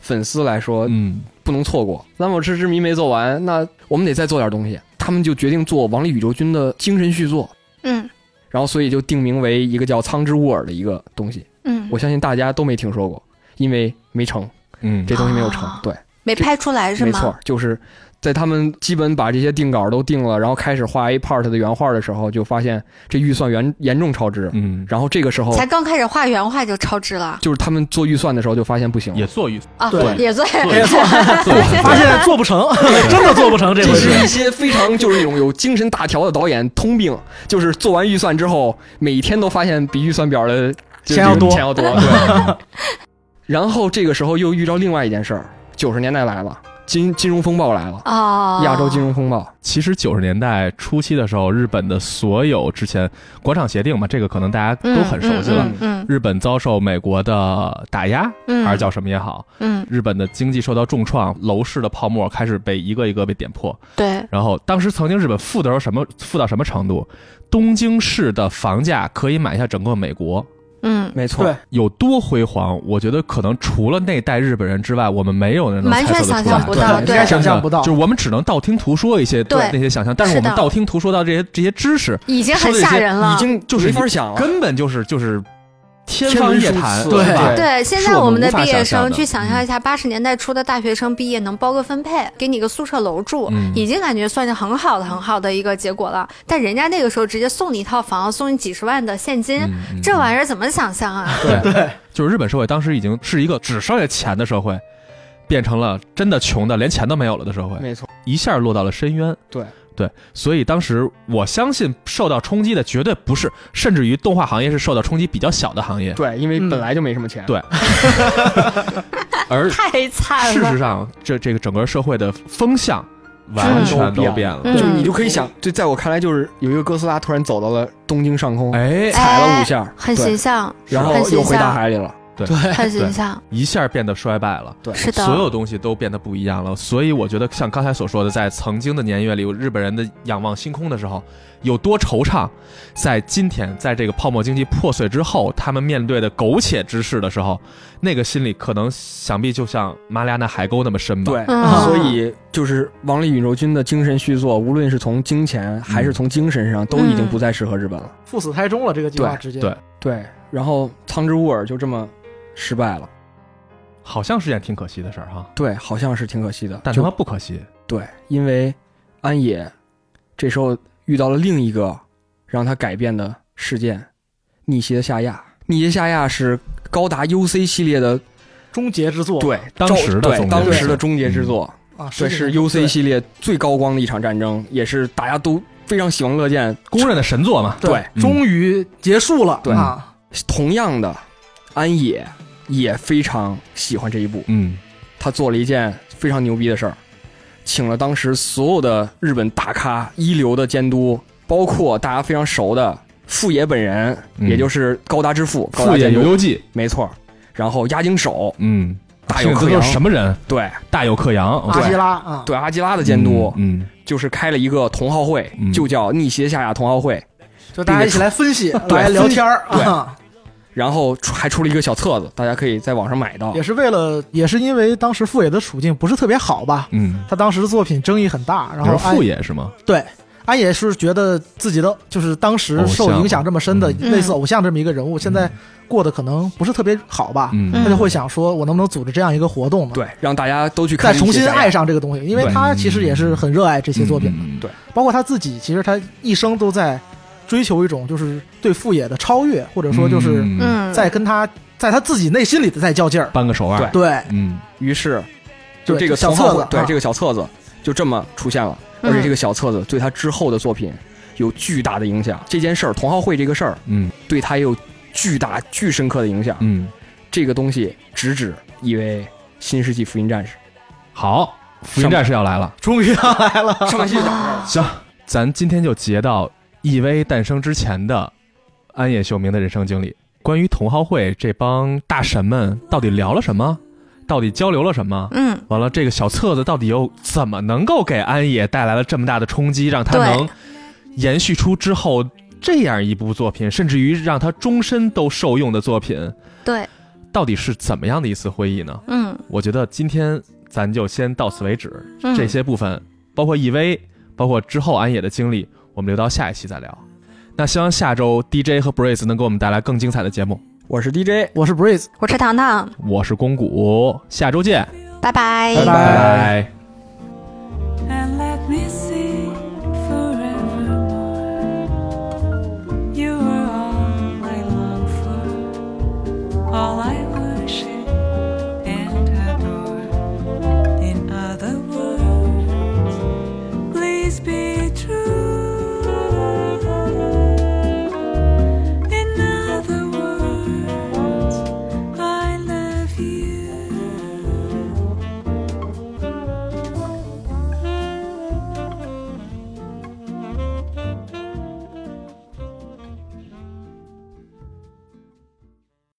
D: 粉丝来说
C: 嗯，
D: 不能错过。那么《吃之谜》没做完，那我们得再做点东西。他们就决定做《王力宇宙军》的精神续作，
B: 嗯
D: 然后所以就定名为一个叫《苍之乌尔》的一个东西。
B: 嗯，
D: 我相信大家都没听说过，因为没成，
C: 嗯，
D: 这东西没有成。
B: 啊
D: 对，
B: 没拍出来是
D: 没
B: 吗？
D: 错，就是在他们基本把这些定稿都定了，然后开始画 A part 的原画的时候，就发现这预算严严重超支。
C: 嗯，
D: 然后这个时候
B: 才刚开始画原画就超支了
D: 就是他们做预算的时候就发现不行了
C: 也做预
B: 啊！
E: 对
B: 也算
C: 做预算 做预算
E: 发现做不成， 真的做不成这
D: 这
E: 回事
D: 是。一些非常就是那种有精神大条的导演通病，就是做完预算之后，每天都发现比预算表的就是
E: 钱要多
D: 钱要多。对。然后这个时候又遇到另外一件事儿，九十年代来了，金金融风暴来了，
B: 哦，
D: 亚洲金融风暴。
C: 其实九十年代初期的时候，日本的所有之前广场协定嘛，这个可能大家都很熟悉了。
B: 嗯嗯
C: 日本遭受美国的打压，
B: 嗯，
C: 还是叫什么也好，
B: 嗯，
C: 日本的经济受到重创，楼市的泡沫开始被一个一个被点破。
B: 对，
C: 然后当时曾经日本富的时候，什么富到什么程度？东京市的房价可以买下整个美国，
B: 嗯，
D: 没错，
E: 对，
C: 有多辉煌？我觉得可能除了那代日本人之外，我们没有人能
B: 完全
C: 猜测
B: 想
C: 得出来
B: 象不到，
E: 对
B: 对
E: 应该，想象不到
C: 就是我们只能道听途说一些
B: 对
C: 那些想象，但是
B: 是
C: 我
B: 的
C: 们道听途说到这些这些知识，
B: 已经很吓人了
D: 已。经
C: 就是
D: 没法想了。
C: 根本就是就是天
D: 天
C: 方
D: 文
C: 夜
D: 数
C: 谭，
D: 字
E: 对
C: 是吧？
B: 对，现
C: 是
B: 在
C: 我们
B: 们的
C: 无法
B: 毕业
C: 想象
B: 生
C: 的嗯
B: 去想象一下，八十年代初的大学生毕业能包个分配，给你个宿舍楼住，
C: 嗯
B: 已经感觉算是很好的、很好的一个结果了。但人家那个时候直接送你一套房，送你几十万的现金，
C: 嗯嗯
B: 这玩意儿怎么想象啊？
D: 对，
C: 就是日本社会当时已经是一个只剩下钱的社会，变成了真的穷的连钱都没有了的社会，
D: 没错，
C: 一下落到了深渊。
D: 对
C: 对，所以当时我相信受到冲击的绝对不是，甚至于动画行业是受到冲击比较小的 行业，
D: 对，因为
E: 嗯
D: 本来就没什么钱。
C: 对而
B: 太惨
C: 事
B: 了
C: 实。上这这个整个社会的风向完全都变了。
B: 嗯
D: 就你就可以想，就在我看来，就是有一个哥斯拉突然走到了东京上空，
C: 哎，
D: 踩了五下，
B: 很
D: 对
B: 形象，
D: 然后
B: 很形
D: 又回大
B: 象
D: 海里了。
B: 很啊形象，
C: 一下变得衰败了，
D: 对
B: 是的，
C: 所有东西都变得不一样了。所以我觉得，像刚才所说的，在曾经的年月里，日本人的仰望星空的时候有多惆怅，在今天，在这个泡沫经济破碎之后，他们面对的苟且之事的时候， 那个心里可能想必就像马里亚纳海沟那么深吧。
D: 对，
B: 嗯
D: 所以就是王力宇宙军的精神续作，无论是从金钱还是从精神上，都已经不再适合日本了。
C: 嗯
E: 赴死胎中了，这个计划
D: 对
E: 直接
C: 对
D: 对，然后苍之乌尔就这么失败了。
C: 好像是件挺可惜的事儿哈，
D: 对，好像是挺可惜的，
C: 但他妈
D: 就
C: 不可惜。
D: 对，因为安野这时候遇到了另一个让他改变的事件——逆袭的夏亚。逆袭的夏亚是高达 UC 系列的
E: 终结之作，
D: 对
C: 当
D: 招
C: 时的
D: 对
C: 终结
D: 当
E: 之
D: 时的
C: 作
D: 终结之
C: 嗯
D: 作。
E: 啊，
D: 这
E: 几
D: 是
E: 年
D: UC 系列最高光的一场战争，也是大家都非常喜闻乐见。
C: 公认的神作嘛，
E: 对
D: 对
C: 嗯
E: 终于结束了，
D: 对
E: 啊，
D: 同样的，安野也非常喜欢这一部，
C: 嗯，
D: 他做了一件非常牛逼的事儿，请了当时所有的日本大咖、一流的监督，包括大家非常熟的富野本人，
C: 嗯
D: 也就是高达之父，高
C: 富
D: 达
C: 野
D: 监
C: 游
D: 督，
C: 游记，
D: 没错。然后押井守、
C: 嗯，
D: 大有
C: 这
D: 克
C: 都
D: 洋，
C: 是什么人？
D: 对
C: 大有克洋，
E: 阿基拉啊，
D: 对阿基拉的监督，
C: 嗯，
D: 就是开了一个同好会，
C: 嗯
D: 就叫逆斜下亚同好会，
E: 就大家一起来分析，来聊天儿啊，
D: 然后出还出了一个小册子，大家可以在网上买到
E: 也。是为了，也是因为当时傅野的处境不是特别好吧，
C: 嗯嗯，
E: 他当时的作品争议很大，然
C: 你
E: 后
C: 说
E: 安
C: 副业是吗？
E: 对，安也是觉得自己的就是当时受影响这么深的
C: 偶
B: 像
E: 类似偶像这么一个人物，现在过得可能不是特别好吧，
C: 嗯，
E: 他就会想说，我能不能组织这样一个活动呢？，
D: 对，让大家都去看
E: 再
D: 逆
E: 重
D: 斜
E: 新
D: 下亚
E: 爱上这个东西，因为
C: 对
E: 他其实也是很热爱这些作品的，
C: 嗯，
D: 对
E: 包括他自己，其实他一生都在追求一种就是对副业的超越，或者说就是
C: 嗯
B: 嗯，
E: 在跟他在他自己内心里的在较劲儿。
C: 扳个手腕，
D: 对
E: 对，
C: 嗯
D: 于是，就
E: 对
D: 这个
E: 小
D: 同好
E: 册
D: 会
E: 子
D: 对
E: 啊嗯
D: 这个小册子就这么出现了，而且这个小册子对他之后的作品有巨大的影响。这件事儿，同好会这个事儿，
C: 嗯
D: 对他也有巨大、巨深刻的影响。
C: 嗯，
D: 这个东西直指 EVA《新世纪福音战 士
C: 好，福音战士要来了，
E: 终于要来了，》
D: 上半期讲
C: 行，咱今天就截到 EV 诞生之前的安野秀明的人生经历。关于同好会这帮大神们到底聊了什么，到底交流了什么？
B: 嗯，
C: 完了，这个小册子到底又怎么能够给安野带来了这么大的冲击，让他
B: 对
C: 能延续出之后这样一部作品，甚至于让他终身都受用的作品，
B: 对，
C: 到底是怎么样的一次回忆呢？
B: 嗯，
C: 我觉得今天咱就先到此为止，
B: 嗯
C: 这些部分包括 EV，包括之后安野的经历，我们留到下一期再聊。那希望下周 DJ 和 Brace 能给我们带来更精彩的节目。
D: 我是 DJ，
E: 我是 Breeze，
B: 我是糖糖，
C: 我是公谷，下周见，
B: 拜拜
E: 拜拜
C: 拜。
G: and let me see forevermore. You were all I long for, all I